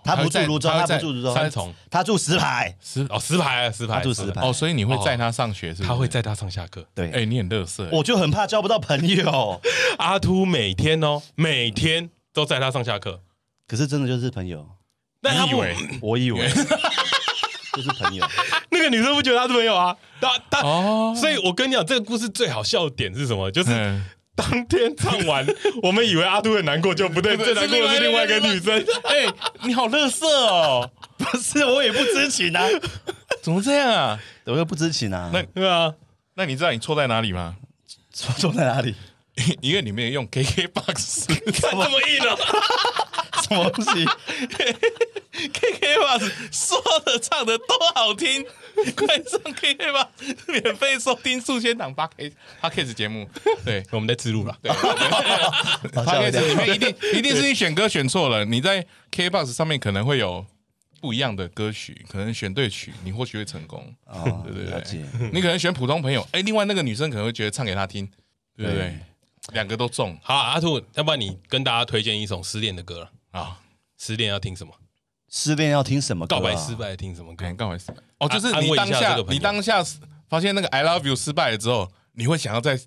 [SPEAKER 3] 他不住泸州，他
[SPEAKER 2] 他
[SPEAKER 3] 不住泸州，
[SPEAKER 1] 三重
[SPEAKER 3] 他住石牌。
[SPEAKER 2] 是
[SPEAKER 1] 哦，石牌啊，石牌，
[SPEAKER 3] 她住石牌
[SPEAKER 2] 哦，所以你会载他上学是？
[SPEAKER 1] 他会，载她上下课。
[SPEAKER 3] 对，
[SPEAKER 2] 哎，你很乐色，
[SPEAKER 3] 我就很怕交不到朋友。
[SPEAKER 1] 阿秃每天哦，每天都载她上下课。
[SPEAKER 3] 可是真的就是朋友，
[SPEAKER 1] 但他
[SPEAKER 2] 你以
[SPEAKER 1] 不
[SPEAKER 2] 为
[SPEAKER 3] 我以为就是朋友。
[SPEAKER 1] 那个女生不觉得她是朋友啊？她她，
[SPEAKER 2] 哦，
[SPEAKER 1] 所以我跟你讲，这个故事最好笑的点是什么？就是
[SPEAKER 2] 嗯，
[SPEAKER 1] 当天唱完，我们以为阿秃很难过，就不对，
[SPEAKER 2] 不
[SPEAKER 1] 最
[SPEAKER 2] 是
[SPEAKER 1] 难过的是
[SPEAKER 2] 是
[SPEAKER 1] 另
[SPEAKER 2] 另
[SPEAKER 1] 外
[SPEAKER 2] 外
[SPEAKER 1] 一个女生。
[SPEAKER 2] 哎，你好乐色哦，
[SPEAKER 3] 不是，我也不知情啊，
[SPEAKER 2] 怎么这样啊？
[SPEAKER 3] 我又不知情啊。
[SPEAKER 2] 那
[SPEAKER 1] 对啊，
[SPEAKER 2] 那你知道你错在哪里吗？
[SPEAKER 3] 错错在哪 里？
[SPEAKER 2] 因为你没有 用 KKBOX，
[SPEAKER 1] 看这么硬了，
[SPEAKER 3] 什么东西？
[SPEAKER 4] KK Bus 说的唱的都好听，快上 KK Bus 免费收听《数仙党八 K》。
[SPEAKER 2] 他 case 节目，对
[SPEAKER 1] 我们在自录了。
[SPEAKER 3] 好
[SPEAKER 2] 他
[SPEAKER 3] 吓
[SPEAKER 2] c a
[SPEAKER 3] 我一跳
[SPEAKER 2] s 里面一 定一定是你选歌选错了，你在 KBox 上面可能会有不一样的歌曲，可能选对曲，你或许会成功。
[SPEAKER 3] 哦，
[SPEAKER 2] 对对
[SPEAKER 3] 了解。
[SPEAKER 2] 对，你可能选普通朋友，哎，另外那个女生可能会觉得唱给她听，对不对
[SPEAKER 3] 对？
[SPEAKER 2] 两个都中
[SPEAKER 1] 好，阿兔，要不然你跟大家推荐一首失恋的歌了。
[SPEAKER 2] 啊！
[SPEAKER 1] 失恋要听什么？
[SPEAKER 3] 失恋要听什么歌啊？
[SPEAKER 1] 告白失败听什么歌
[SPEAKER 2] 哎，？告白失败哦，就是
[SPEAKER 1] 啊安安
[SPEAKER 2] 你
[SPEAKER 1] 慰一
[SPEAKER 2] 当
[SPEAKER 1] 下
[SPEAKER 2] 下
[SPEAKER 1] 这个朋友
[SPEAKER 2] 你当下发现那个 I love you 失败了之后，你会想要再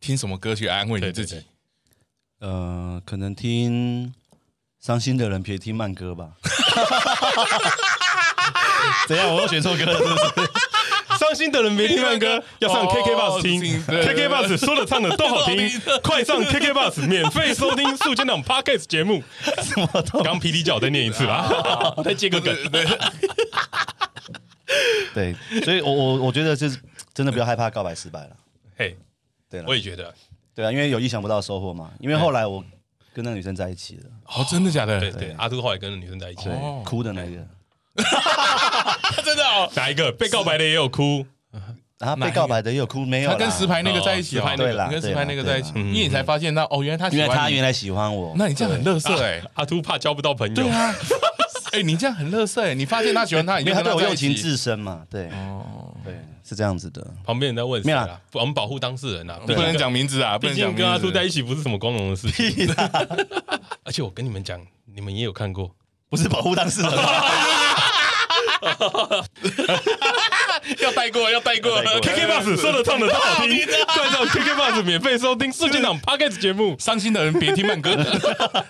[SPEAKER 2] 听什么歌去安慰你
[SPEAKER 1] 对对
[SPEAKER 2] 自
[SPEAKER 1] 对
[SPEAKER 2] 己？
[SPEAKER 3] 呃，可能听伤心的人别听慢歌吧。怎样？我又选错歌了，是不是？
[SPEAKER 1] 伤心的人别听慢歌， 要上
[SPEAKER 2] 哦
[SPEAKER 1] KK Bus 听
[SPEAKER 2] 听对对对
[SPEAKER 1] ，KK Bus 说的唱的 都好听，快上 KK Bus 免费收听《速监党 Podcast》节 目。
[SPEAKER 3] 什么都
[SPEAKER 1] 刚 PD 叫我再念一次 啦，再接个梗。
[SPEAKER 3] 对，所以我我我觉得就是真的不要害怕告白失败了。
[SPEAKER 1] 嘿，
[SPEAKER 3] 对了
[SPEAKER 1] 我，也觉得，
[SPEAKER 3] 对啊，因为有意想不到的收获嘛。因为后来我跟那女生在一起了，
[SPEAKER 2] 哦，真的假的？
[SPEAKER 1] 对对，阿杜后来跟女生在一起，
[SPEAKER 2] 哦
[SPEAKER 3] 对，哭的那个，
[SPEAKER 1] 真的哦，哪一个被告白的也有 哭？
[SPEAKER 3] 然后
[SPEAKER 2] 哪一
[SPEAKER 3] 啊被
[SPEAKER 2] 个
[SPEAKER 3] 告白的也有哭，没有
[SPEAKER 2] 他
[SPEAKER 3] 啦？
[SPEAKER 2] 跟石牌那个在一起哦，
[SPEAKER 1] 哦石牌那
[SPEAKER 3] 个对啦
[SPEAKER 2] 你跟石
[SPEAKER 3] 对啦
[SPEAKER 2] 牌那个在一起，
[SPEAKER 3] 对
[SPEAKER 1] 啦
[SPEAKER 2] 因为你才发现
[SPEAKER 1] 嗯
[SPEAKER 2] 到哦，原来他喜
[SPEAKER 3] 因
[SPEAKER 2] 欢
[SPEAKER 3] 为他
[SPEAKER 2] 你
[SPEAKER 3] 原来喜欢我，
[SPEAKER 2] 那你这样很乐色哎，
[SPEAKER 1] 啊阿杜怕交不到朋友，
[SPEAKER 2] 对啊，哎，你这样很乐色哎，你发现他喜欢他，你
[SPEAKER 3] 因为
[SPEAKER 2] 就
[SPEAKER 3] 他
[SPEAKER 2] 跟
[SPEAKER 3] 对我
[SPEAKER 2] 在
[SPEAKER 3] 用
[SPEAKER 2] 一
[SPEAKER 3] 情
[SPEAKER 2] 起，
[SPEAKER 3] 至深嘛。对，对，是这样子的。
[SPEAKER 1] 旁边人在问谁
[SPEAKER 3] 没有
[SPEAKER 1] 啊？不我们保护当事人啊，
[SPEAKER 2] 不能，讲名字啊，不
[SPEAKER 1] 毕
[SPEAKER 2] 能讲
[SPEAKER 1] 竟
[SPEAKER 2] 名字。
[SPEAKER 1] 跟阿杜在一起不是什么光荣的事 情。而且我跟你们讲，你们也有看过，
[SPEAKER 3] 不是保护当事人，
[SPEAKER 2] 要带过，要带过
[SPEAKER 3] 要带过
[SPEAKER 1] KK Bus 说的唱的都好听，
[SPEAKER 2] 啊
[SPEAKER 1] 快上 KK Bus 免费收听《瞬间党 Podcast》节目。
[SPEAKER 2] 伤心的人别听慢 歌，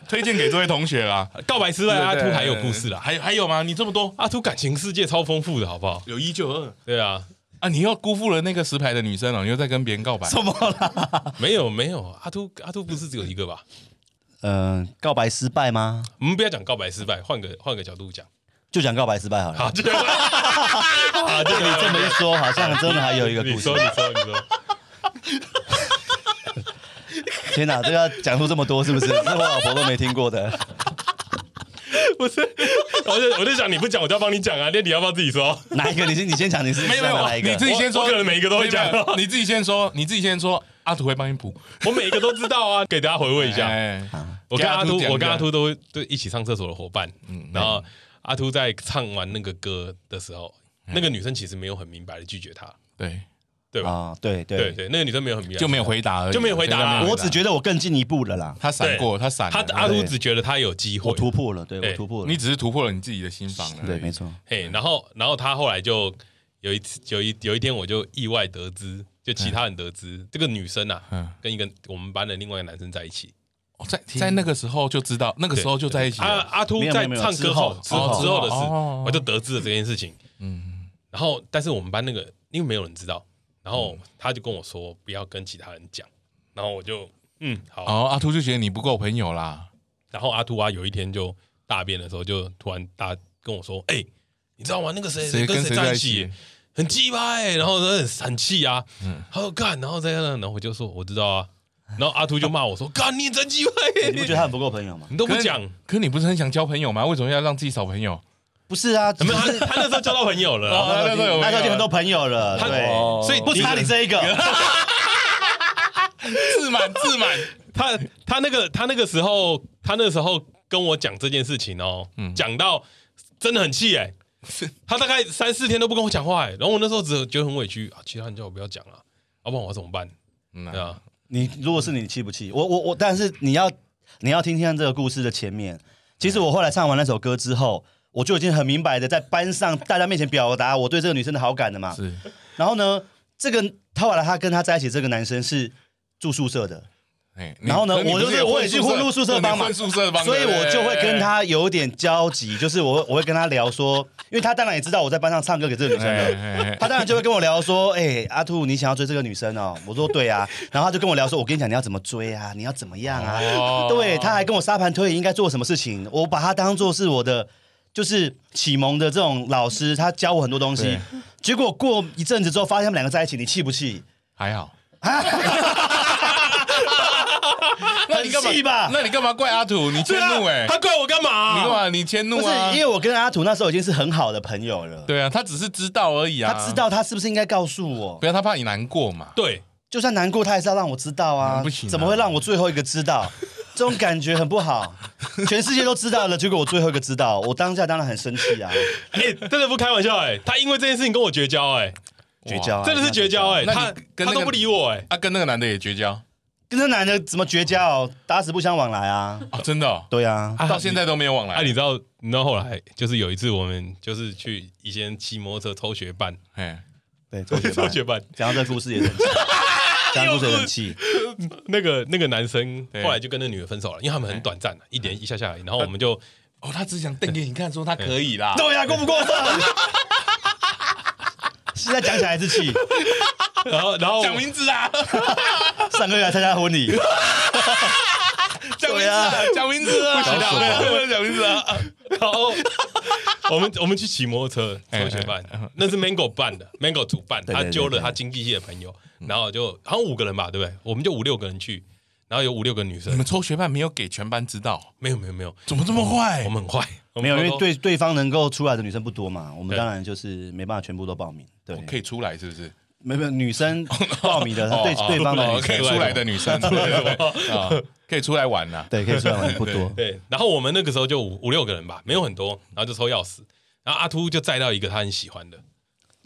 [SPEAKER 2] 推荐给这位同学啊啦。
[SPEAKER 1] 告白失败，阿
[SPEAKER 2] 对
[SPEAKER 1] 秃还有故事啦。
[SPEAKER 2] 还还有吗？你这么多，
[SPEAKER 1] 阿秃感情世界超丰富的，好不好？
[SPEAKER 2] 有一就二
[SPEAKER 1] 对啊，
[SPEAKER 2] 啊！你又辜负了那个石牌的女生哦了，你又在跟别人告白。
[SPEAKER 3] 怎么啦？
[SPEAKER 1] 没有没有，阿秃阿秃不是只有一个吧？
[SPEAKER 3] 嗯，告白失败吗？
[SPEAKER 1] 我们不要讲告白失败，换个换个角度讲，
[SPEAKER 3] 就讲告白失败好了。
[SPEAKER 1] 好，就 啊，就
[SPEAKER 3] 你这么一说，好像真的还有一个
[SPEAKER 1] 你
[SPEAKER 3] 故事
[SPEAKER 1] 说。你说你说，
[SPEAKER 3] 天哪，这个要讲出这么多，是不是？那我老婆都没听过的。
[SPEAKER 1] 不是，我就我就想你不讲，我就要帮你讲啊，那你要不要自己说？
[SPEAKER 3] 哪一个？你先，你先讲，你是
[SPEAKER 2] 没有没
[SPEAKER 3] 想哪
[SPEAKER 2] 有，
[SPEAKER 3] 一个？
[SPEAKER 2] 你自己先说，
[SPEAKER 1] 我我可能每一个都会讲
[SPEAKER 2] 没有没有你自己先说，你自己先说，阿土会帮你补
[SPEAKER 1] 我每一个都知道啊，给大家回味一下。
[SPEAKER 2] 哎
[SPEAKER 1] 我跟阿
[SPEAKER 2] 给阿
[SPEAKER 1] 秃
[SPEAKER 2] 秃，讲
[SPEAKER 1] 我跟阿
[SPEAKER 2] 一下
[SPEAKER 1] 秃都都一起上厕所的伙伴，
[SPEAKER 2] 嗯
[SPEAKER 1] 然后阿秃在唱完那个歌的时候，那个女生其实没有很明白的拒绝他，
[SPEAKER 2] 对，
[SPEAKER 1] 对吧？
[SPEAKER 3] 啊，对
[SPEAKER 1] 对
[SPEAKER 3] 对，
[SPEAKER 1] 对，那个女生没有很明白，
[SPEAKER 2] 就没有回答而已，
[SPEAKER 1] 就没有回答啊
[SPEAKER 2] 就没有
[SPEAKER 3] 我只觉得我更进一步了啦，
[SPEAKER 2] 他闪过，他闪了，
[SPEAKER 1] 他阿秃只觉得他有机会
[SPEAKER 3] 我，突破了，对
[SPEAKER 1] 对
[SPEAKER 3] 我突破了
[SPEAKER 2] 你。只是突破了你自己的心防了。
[SPEAKER 3] 对，没错。
[SPEAKER 1] 嘿，然后然后他后来就有一次有一有一天我就意外得知，就其他人得知、这个女生啊，
[SPEAKER 2] 嗯
[SPEAKER 1] 跟一个我们班的另外一个男生在一起，
[SPEAKER 2] 哦在在那个时候就知道，那个时候就在一起
[SPEAKER 1] 阿
[SPEAKER 2] 了。
[SPEAKER 1] 阿秃
[SPEAKER 3] 没有
[SPEAKER 1] 在
[SPEAKER 3] 没有没有
[SPEAKER 1] 唱歌后之
[SPEAKER 3] 之
[SPEAKER 1] 后
[SPEAKER 3] 后
[SPEAKER 1] 之后的
[SPEAKER 2] 之后
[SPEAKER 1] 事
[SPEAKER 2] 哦，
[SPEAKER 1] 我就得知了这件事情。
[SPEAKER 2] 嗯，
[SPEAKER 1] 然后，但是我们班那个因为没有人知道，然后他就跟我说不要跟其他人讲，然后我就嗯好。
[SPEAKER 2] 然后哦阿秃就觉得你不够朋友啦，
[SPEAKER 1] 然后阿秃啊有一天就大便的时候就突然大跟我说，哎，你知道吗？那个谁
[SPEAKER 2] 谁
[SPEAKER 1] 跟
[SPEAKER 2] 跟
[SPEAKER 1] 谁
[SPEAKER 2] 谁
[SPEAKER 1] 在
[SPEAKER 2] 在
[SPEAKER 1] 一
[SPEAKER 2] 一
[SPEAKER 1] 起
[SPEAKER 2] 起？
[SPEAKER 1] 很鸡巴欸然后我就很很气啊，他说干，然后这样，然后我就说我知道啊，然后阿秃就骂我说干，你真鸡巴欸，
[SPEAKER 3] 你不觉得他们不够朋友吗？
[SPEAKER 1] 你都不
[SPEAKER 2] 可是
[SPEAKER 1] 讲，
[SPEAKER 2] 可你不是很想交朋友吗？为什么要让自己少朋友？
[SPEAKER 3] 不是啊，
[SPEAKER 1] 没有他他那时候交到朋友了啦，
[SPEAKER 2] 哦那时候有哦
[SPEAKER 3] 那时候已经很多朋友了，
[SPEAKER 1] 他
[SPEAKER 3] 对，
[SPEAKER 1] 所以
[SPEAKER 3] 不差你这一个。
[SPEAKER 2] 自满自满，
[SPEAKER 1] 他他那个他那个时候，他那时候跟我讲这件事情哦，
[SPEAKER 2] 嗯
[SPEAKER 1] 讲到真的很气哎、他大概三四天都不跟我讲话哎、然后我那时候只觉得很委屈啊，其他人叫我不要讲啊，要不然我要怎么办？
[SPEAKER 2] 嗯啊
[SPEAKER 1] 对啊，
[SPEAKER 3] 你如果是你气不气？我我我，但是你要你要听听这个故事的前面。其实我后来唱完那首歌之后，我就已经很明白的在班上大家面前表达我对这个女生的好感了嘛。
[SPEAKER 2] 是
[SPEAKER 3] 然后呢，这个后来他跟他在一起这个男生是住宿舍的，
[SPEAKER 2] 哎，
[SPEAKER 3] 然后呢
[SPEAKER 2] 你
[SPEAKER 3] 我就是
[SPEAKER 2] 你不
[SPEAKER 3] 我也去混入宿舍帮忙
[SPEAKER 2] 对你混宿舍帮，
[SPEAKER 3] 所以我就会跟
[SPEAKER 2] 对。
[SPEAKER 3] 他有点交集，就是我我会跟他聊说，因为他当然也知道我在班上唱歌给这个女生
[SPEAKER 2] 哎
[SPEAKER 3] 的。
[SPEAKER 2] 哎哎
[SPEAKER 3] 他当然就会跟我聊说，哎、阿兔，你想要追这个女生哦？我说对啊，然后他就跟我聊说，我跟你讲，你要怎么追啊？你要怎么样啊？
[SPEAKER 2] 哦
[SPEAKER 3] 对，他还跟我沙盘推演应该做什么事情，我把他当做是我的就是启蒙的这种老师，他教我很多东西
[SPEAKER 2] 对。
[SPEAKER 3] 结果过一阵子之后，发现他们两个在一起，你气不气？
[SPEAKER 2] 还好。 那你干嘛
[SPEAKER 3] 很细吧
[SPEAKER 2] 那你干嘛怪阿土？你迁
[SPEAKER 1] 对啊
[SPEAKER 2] 怒哎、，
[SPEAKER 1] 他怪我干嘛啊？
[SPEAKER 2] 你干嘛？你迁怒
[SPEAKER 3] 不是
[SPEAKER 2] 啊
[SPEAKER 3] 因？为我跟阿土那时候已经是很好的朋友了，
[SPEAKER 2] 对啊，他只是知道而已啊。
[SPEAKER 3] 他知，道他是不是应该告诉我
[SPEAKER 2] 不？要他怕你难过嘛。
[SPEAKER 1] 对，
[SPEAKER 3] 就算难过，他还是要让我知道啊，
[SPEAKER 2] 嗯不行啊
[SPEAKER 3] 怎么会让我最后一个知道？这种感觉很不好， 全世界都知道了，结果我最后一个知道，我当下当然很生气啊，
[SPEAKER 1] 哎、真的不开玩笑哎、他因为这件事情跟我绝交哎、
[SPEAKER 3] 绝交、啊，
[SPEAKER 1] 真的是绝交哎、
[SPEAKER 2] 那你
[SPEAKER 1] 他
[SPEAKER 2] 跟那个
[SPEAKER 1] 他都不理我哎、
[SPEAKER 2] 啊，跟那个男的也绝交
[SPEAKER 3] 跟这男的怎么绝交？打死不相往来啊！
[SPEAKER 2] 啊，真的哦、
[SPEAKER 3] 对啊，
[SPEAKER 1] 啊
[SPEAKER 2] 到现在都没有往
[SPEAKER 1] 啊，
[SPEAKER 2] 来。
[SPEAKER 1] 你知道，你知道后来就是有一次我们就是去以前骑摩托车抽学伴，
[SPEAKER 2] 哎，
[SPEAKER 3] 对，周杰
[SPEAKER 1] 抽
[SPEAKER 3] 伦
[SPEAKER 1] 学伴，
[SPEAKER 3] 讲到这故事也很 气，讲到故事也很气，
[SPEAKER 1] 那个那个男生
[SPEAKER 2] 对
[SPEAKER 1] 后来就跟那女的分手了，因为他们很短
[SPEAKER 3] 哎
[SPEAKER 1] 暂，啊一年一下下来，然后我们就
[SPEAKER 2] 哦，他只想瞪给你看，说他可以啦。
[SPEAKER 3] 对啊，过不过分？ 现在讲起来还 是气，
[SPEAKER 1] 然后 然后
[SPEAKER 2] 讲名字啊，
[SPEAKER 3] 上个月来参加婚礼，
[SPEAKER 2] 讲名
[SPEAKER 3] 对
[SPEAKER 2] 字啊
[SPEAKER 3] 啊，
[SPEAKER 2] 讲名字啊，不
[SPEAKER 1] 行啊
[SPEAKER 2] 不能讲名字啊。
[SPEAKER 1] 然后 我们我们去骑摩托车抽学伴，那是 Mango 办的，Mango 主办，
[SPEAKER 3] 哎对对
[SPEAKER 1] 他揪了
[SPEAKER 3] 对嗯对
[SPEAKER 1] 他经济系的朋友，然后就好像五个人吧，对不对？我们就五六个人去，然后有五六个女
[SPEAKER 2] 你
[SPEAKER 1] 生
[SPEAKER 3] 嗯
[SPEAKER 2] 们，抽学伴没有给全班知道，
[SPEAKER 1] 没有没有没有，
[SPEAKER 2] 怎么这么坏
[SPEAKER 1] 我？们很坏，我
[SPEAKER 3] 哎 没
[SPEAKER 1] 们
[SPEAKER 3] 有，因
[SPEAKER 1] 偷偷
[SPEAKER 3] 为对对方能够出来的女生不多嘛，我们
[SPEAKER 1] 对
[SPEAKER 3] 当然就是没办法全部都报名，对，
[SPEAKER 2] 哦可以出来是不是？
[SPEAKER 3] 没有没有 女生
[SPEAKER 1] 哦
[SPEAKER 3] 报名的，她对对方的
[SPEAKER 2] 哦
[SPEAKER 3] 女
[SPEAKER 2] 可以
[SPEAKER 3] 生，
[SPEAKER 2] 出来的女 生，对对对啊，可以出来玩啊啦。
[SPEAKER 3] 对，可以出来玩不多。
[SPEAKER 1] 对，然后我们那个时候就五五六个人吧，没有很多，然后就抽钥匙，然后阿秃就载到一个他很喜欢的，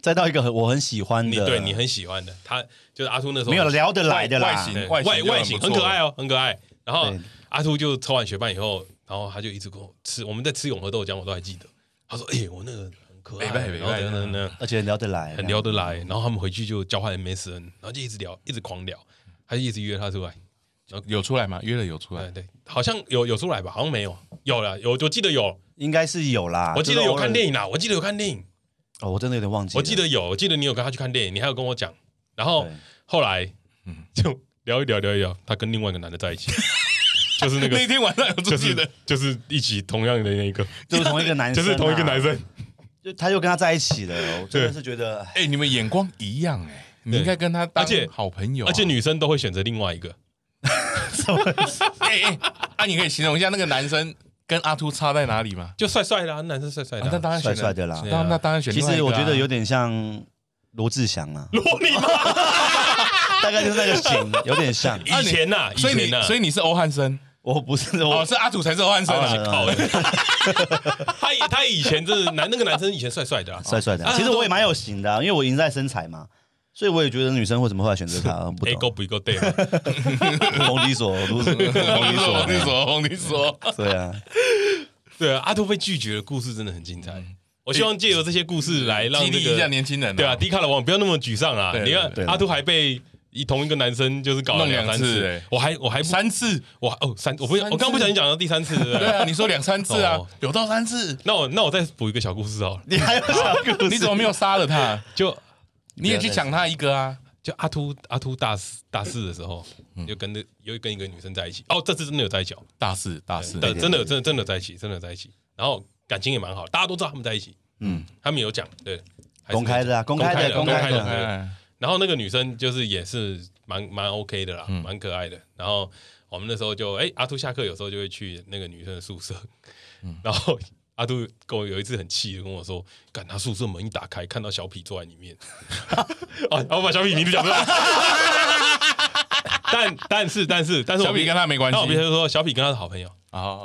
[SPEAKER 3] 再到一个很我很喜欢
[SPEAKER 1] 你
[SPEAKER 3] 的，
[SPEAKER 1] 对你很喜欢的，他就是阿秃那时候
[SPEAKER 3] 没有聊得来的
[SPEAKER 2] 外
[SPEAKER 3] 啦，
[SPEAKER 2] 形
[SPEAKER 1] 外
[SPEAKER 2] 形
[SPEAKER 1] 外形很可爱
[SPEAKER 2] 哦。
[SPEAKER 1] 哦，很可爱。然后
[SPEAKER 3] 对
[SPEAKER 1] 阿秃就抽完学伴以后，然后他就一直跟我吃，我们在吃永和豆浆，我都还记得。他说：“哎、我那个很可爱，
[SPEAKER 2] 没办法
[SPEAKER 1] 然后
[SPEAKER 2] 没办法
[SPEAKER 1] 等等等，
[SPEAKER 3] 而且聊得来，
[SPEAKER 1] 很聊得来。”然后他们回去就交换 MSN，然后就一直聊，一直狂聊，他就一直约他出来。
[SPEAKER 2] 有出来吗？约了有出来
[SPEAKER 1] 对，对，好像有有出来吧？好像没有，有了有，我记得有，
[SPEAKER 3] 应该啊是有啦。
[SPEAKER 1] 我记得有看电
[SPEAKER 3] 影，
[SPEAKER 1] 影啦，我记得有看电影。
[SPEAKER 3] 哦，我真的有点忘记了，
[SPEAKER 1] 我记得哦有，我记得你有跟他去看电影，你还有跟我讲。然后
[SPEAKER 3] 对
[SPEAKER 1] 后来，就聊一聊，聊一聊，他跟另外一个男的在一起，就是那个
[SPEAKER 2] 那天晚上有
[SPEAKER 1] 就
[SPEAKER 2] 出去的
[SPEAKER 1] 是，就是一起同样的那一个，
[SPEAKER 3] 就是同一个男
[SPEAKER 1] 就
[SPEAKER 3] 生啊，
[SPEAKER 1] 是同一个男生。
[SPEAKER 3] 就他又跟他在一起了，我真的是觉得
[SPEAKER 2] 哎，你们眼光一样哎，你应该跟他当
[SPEAKER 1] 而且
[SPEAKER 2] 好朋友啊，
[SPEAKER 1] 而且女生都会选择另外一个，
[SPEAKER 2] 哎哎，啊，你可以形容一下那个男生跟阿秃差在哪里吗？
[SPEAKER 1] 就帅帅的、啊，那男生帅帅的、
[SPEAKER 2] 啊那
[SPEAKER 1] 啊。
[SPEAKER 2] 当然选
[SPEAKER 3] 帅
[SPEAKER 2] 了
[SPEAKER 3] 帅的啦
[SPEAKER 1] 是。
[SPEAKER 2] 那那当然选
[SPEAKER 3] 其
[SPEAKER 2] 另外一
[SPEAKER 3] 实
[SPEAKER 2] 个啊。
[SPEAKER 3] 我觉得有点像罗志祥啊，
[SPEAKER 1] 罗你妈！
[SPEAKER 3] 大概就是那个型，有点像。
[SPEAKER 1] 以前呐、以
[SPEAKER 2] 所以
[SPEAKER 1] 前啊
[SPEAKER 2] 你
[SPEAKER 1] 呐、
[SPEAKER 2] 所以你是欧汉生
[SPEAKER 3] 我不是我呃
[SPEAKER 2] 哦，，是阿土才是欧汉生
[SPEAKER 3] 好了
[SPEAKER 2] 啊。
[SPEAKER 1] 靠欸他以他以前真的男那个男生以前帅帅的、啊，
[SPEAKER 3] 帅帅的啊。
[SPEAKER 1] 啊
[SPEAKER 3] 其实我也蛮有型的啊，因为我赢在身材嘛，所以我也觉得女生为什么会选择他，不
[SPEAKER 1] 哎够
[SPEAKER 3] 懂。
[SPEAKER 1] 不够对 吗？
[SPEAKER 3] 红底锁，如此红
[SPEAKER 2] 红
[SPEAKER 3] 底
[SPEAKER 2] 你
[SPEAKER 3] 锁
[SPEAKER 2] 说，，你说，红你说，
[SPEAKER 3] 对啊。
[SPEAKER 1] 对啊，阿杜被拒绝的故事真的很精彩。我希望借由这些故事来让
[SPEAKER 2] 嗯激
[SPEAKER 1] 这
[SPEAKER 2] 励一下
[SPEAKER 1] 个
[SPEAKER 2] 年轻人。
[SPEAKER 1] 对啊，，低卡的网友不要那么沮丧啊！
[SPEAKER 2] 对
[SPEAKER 1] 你看
[SPEAKER 3] 对对
[SPEAKER 1] 阿杜还被一同一个男生就是搞了
[SPEAKER 2] 弄两
[SPEAKER 1] 三
[SPEAKER 2] 次
[SPEAKER 1] 次
[SPEAKER 2] 欸，
[SPEAKER 1] 我还我还不
[SPEAKER 2] 三次，
[SPEAKER 1] 我还哦三我不我
[SPEAKER 2] 三次
[SPEAKER 1] 刚刚不小心讲到第三次，对不
[SPEAKER 2] 对
[SPEAKER 1] 对？
[SPEAKER 2] 啊，你说两三次啊
[SPEAKER 1] 哦，
[SPEAKER 2] 有到三次，
[SPEAKER 1] 那我那我再补一个小故事好了，
[SPEAKER 3] 你还有小故事？
[SPEAKER 2] 你怎么没有杀了他？
[SPEAKER 1] 就
[SPEAKER 2] 你也去抢他一个啊？
[SPEAKER 1] 就阿秃阿秃大四大四的时候，
[SPEAKER 3] 嗯
[SPEAKER 1] 就跟那又跟一个女生在一起。哦，这次真的有在一起哦，
[SPEAKER 2] 大事大事，
[SPEAKER 1] 对，真的有真的真的有在一起，真的有在一起。然后感情也蛮好，大家都知道他们在一起。嗯，他们有讲对，还是
[SPEAKER 3] 公开的啊
[SPEAKER 1] 公
[SPEAKER 3] 公开
[SPEAKER 1] 的
[SPEAKER 3] 的
[SPEAKER 1] 公
[SPEAKER 3] 公开
[SPEAKER 1] 的
[SPEAKER 3] 的。
[SPEAKER 1] 对
[SPEAKER 2] 哎
[SPEAKER 1] 然后那个女生就是也是蛮蛮 OK 的啦，蛮可爱的。然后我们那时候就哎，阿秃下课有时候就会去那个女生的宿舍，然后。阿杜跟我有一次很气的跟我说：“赶他宿舍门一打开，看到小痞坐在里面， 啊，然后我把小痞名字讲出来。 但但是但是但是
[SPEAKER 2] 小
[SPEAKER 1] 我
[SPEAKER 2] 比跟他没关
[SPEAKER 1] 那我必须
[SPEAKER 2] 系。
[SPEAKER 1] 说，小痞跟他是好朋友。
[SPEAKER 2] 啊，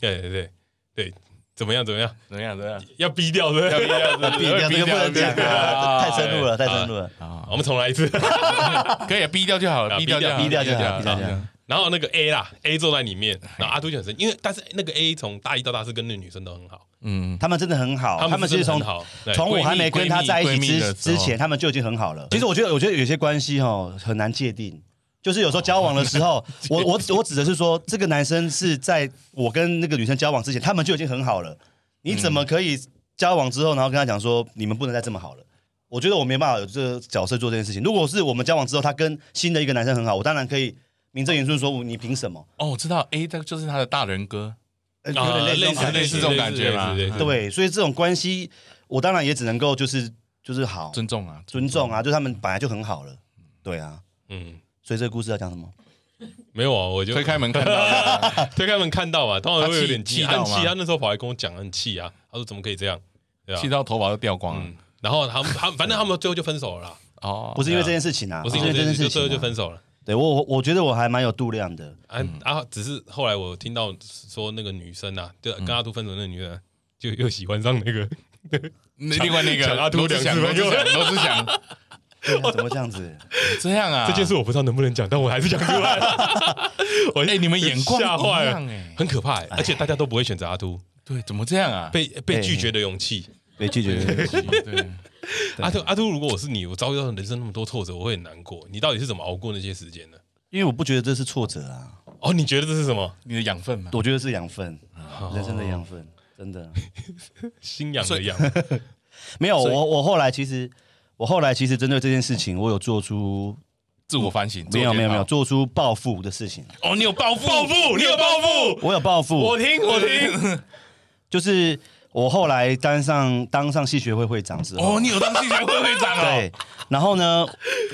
[SPEAKER 1] 对对对对，怎么样怎么样？
[SPEAKER 2] 怎么样？怎么样？
[SPEAKER 1] 要逼掉对不对？
[SPEAKER 3] 逼掉这个不能讲啊，太深入了，太深入了。
[SPEAKER 1] 我们重来一次。
[SPEAKER 2] 可以啊逼掉就好了，
[SPEAKER 1] 啊
[SPEAKER 2] 逼掉就好，
[SPEAKER 3] 逼掉就好，逼掉就好。
[SPEAKER 1] 然后那个 A 啦，A 坐在里面，然后阿杜就很生气，因为但是那个 A 从大一到大四跟那个女生都很好，
[SPEAKER 2] 嗯，
[SPEAKER 3] 他们真的很好，哦他们其
[SPEAKER 1] 真
[SPEAKER 3] 实
[SPEAKER 1] 的很
[SPEAKER 3] 从
[SPEAKER 1] 好，对
[SPEAKER 3] 从我还没
[SPEAKER 2] 闺蜜
[SPEAKER 3] 跟他在一
[SPEAKER 2] 闺蜜
[SPEAKER 3] 起
[SPEAKER 2] 的
[SPEAKER 3] 之
[SPEAKER 2] 时候
[SPEAKER 3] 之前，他们就已经很好了。其实我觉得，我觉得有些关系哈很难界定，就是有时候交往的时 候，我我我指的是说，这个男生是在我跟那个女生交往之前，他们就已经很好了。你怎么可以交往之后，然后跟他讲说你们不能再这么好了？我觉得我没办法有这个角色做这件事情。如果是我们交往之后，他跟新的一个男生很好，我当然可以名正言顺说你凭什么？
[SPEAKER 2] 哦，我知道，A 这就是他的大人哥，
[SPEAKER 3] 呃有
[SPEAKER 1] 啊
[SPEAKER 3] 点类似这种
[SPEAKER 1] 类似
[SPEAKER 3] 感觉
[SPEAKER 2] 类似这种感觉嘛
[SPEAKER 1] 类似类似
[SPEAKER 3] 对，所以这种关系，我当然也只能够就是就是好
[SPEAKER 2] 尊重啊，
[SPEAKER 3] 尊重啊，就他们本来就很好了，对啊，
[SPEAKER 1] 嗯，
[SPEAKER 3] 所以这个故事要讲什么？
[SPEAKER 1] 没有啊，我就
[SPEAKER 2] 推开门看到，
[SPEAKER 1] 推开门看到啊嘛，当然会有点气，
[SPEAKER 2] 他气
[SPEAKER 1] 很
[SPEAKER 2] 你知道吗
[SPEAKER 1] 气。他那时候跑来跟我讲，很气啊，他说怎么可以这样，对啊
[SPEAKER 2] 气。到头发都掉光了
[SPEAKER 1] 嗯。然后他们他们反正他们最后就分手了啦，
[SPEAKER 2] 哦
[SPEAKER 3] 不，是因为这件事情啊，
[SPEAKER 1] 不是因为
[SPEAKER 3] 这
[SPEAKER 1] 这件
[SPEAKER 3] 件
[SPEAKER 1] 事，
[SPEAKER 3] 事
[SPEAKER 1] 就最后
[SPEAKER 3] 情
[SPEAKER 1] 就
[SPEAKER 3] 啊。
[SPEAKER 1] 分手了。
[SPEAKER 3] 对我我我觉得我还蛮有度量的，
[SPEAKER 1] 啊啊！只是后来我听到说那个女生啊，就跟阿杜分手那个女人啊，就又喜欢上那个
[SPEAKER 2] 那另外那
[SPEAKER 1] 抢阿
[SPEAKER 2] 个
[SPEAKER 1] 秃
[SPEAKER 2] 罗志祥，罗
[SPEAKER 1] 两次
[SPEAKER 2] 志
[SPEAKER 1] 朋友
[SPEAKER 2] 祥，罗志祥，
[SPEAKER 3] 对啊怎么会这样子？
[SPEAKER 2] 这样啊？
[SPEAKER 1] 这件事，我不知道能不能讲，但我还是讲出 来了。我
[SPEAKER 2] 哎，你们眼光
[SPEAKER 1] 吓坏
[SPEAKER 2] 一
[SPEAKER 1] 了
[SPEAKER 2] 样，哎，
[SPEAKER 1] 很可怕欸，而且大家都不会选择阿杜，
[SPEAKER 2] 对，怎么这样啊？
[SPEAKER 1] 被被拒绝的勇气。
[SPEAKER 3] 被拒绝，
[SPEAKER 2] 哎对，
[SPEAKER 1] 阿杜阿杜，如果我是你，我遭遇到人生那么多挫折，我会很难过。你到底是怎么熬过那些时间的？
[SPEAKER 3] 因为我不觉得这是挫折啊，
[SPEAKER 1] 哦，你觉得这是什么？
[SPEAKER 2] 你的养分嘛。
[SPEAKER 3] 我觉得是养分，
[SPEAKER 1] 哦
[SPEAKER 3] 人生的养分，真的
[SPEAKER 1] 心痒的痒，
[SPEAKER 3] 没有。我我后来其实，我后来其实针对这件事情，我有做出
[SPEAKER 2] 自我反省，自
[SPEAKER 3] 没有
[SPEAKER 2] 我检讨
[SPEAKER 3] 没有没有做出报复的事情，
[SPEAKER 2] 哦，你有报复，
[SPEAKER 1] 报复，你有报复，
[SPEAKER 3] 我有报复，
[SPEAKER 1] 我听我听。
[SPEAKER 3] 就是我后来当上当上系学会会长之后，
[SPEAKER 2] 哦，你有当系学会会长哦，
[SPEAKER 3] 对，然后呢，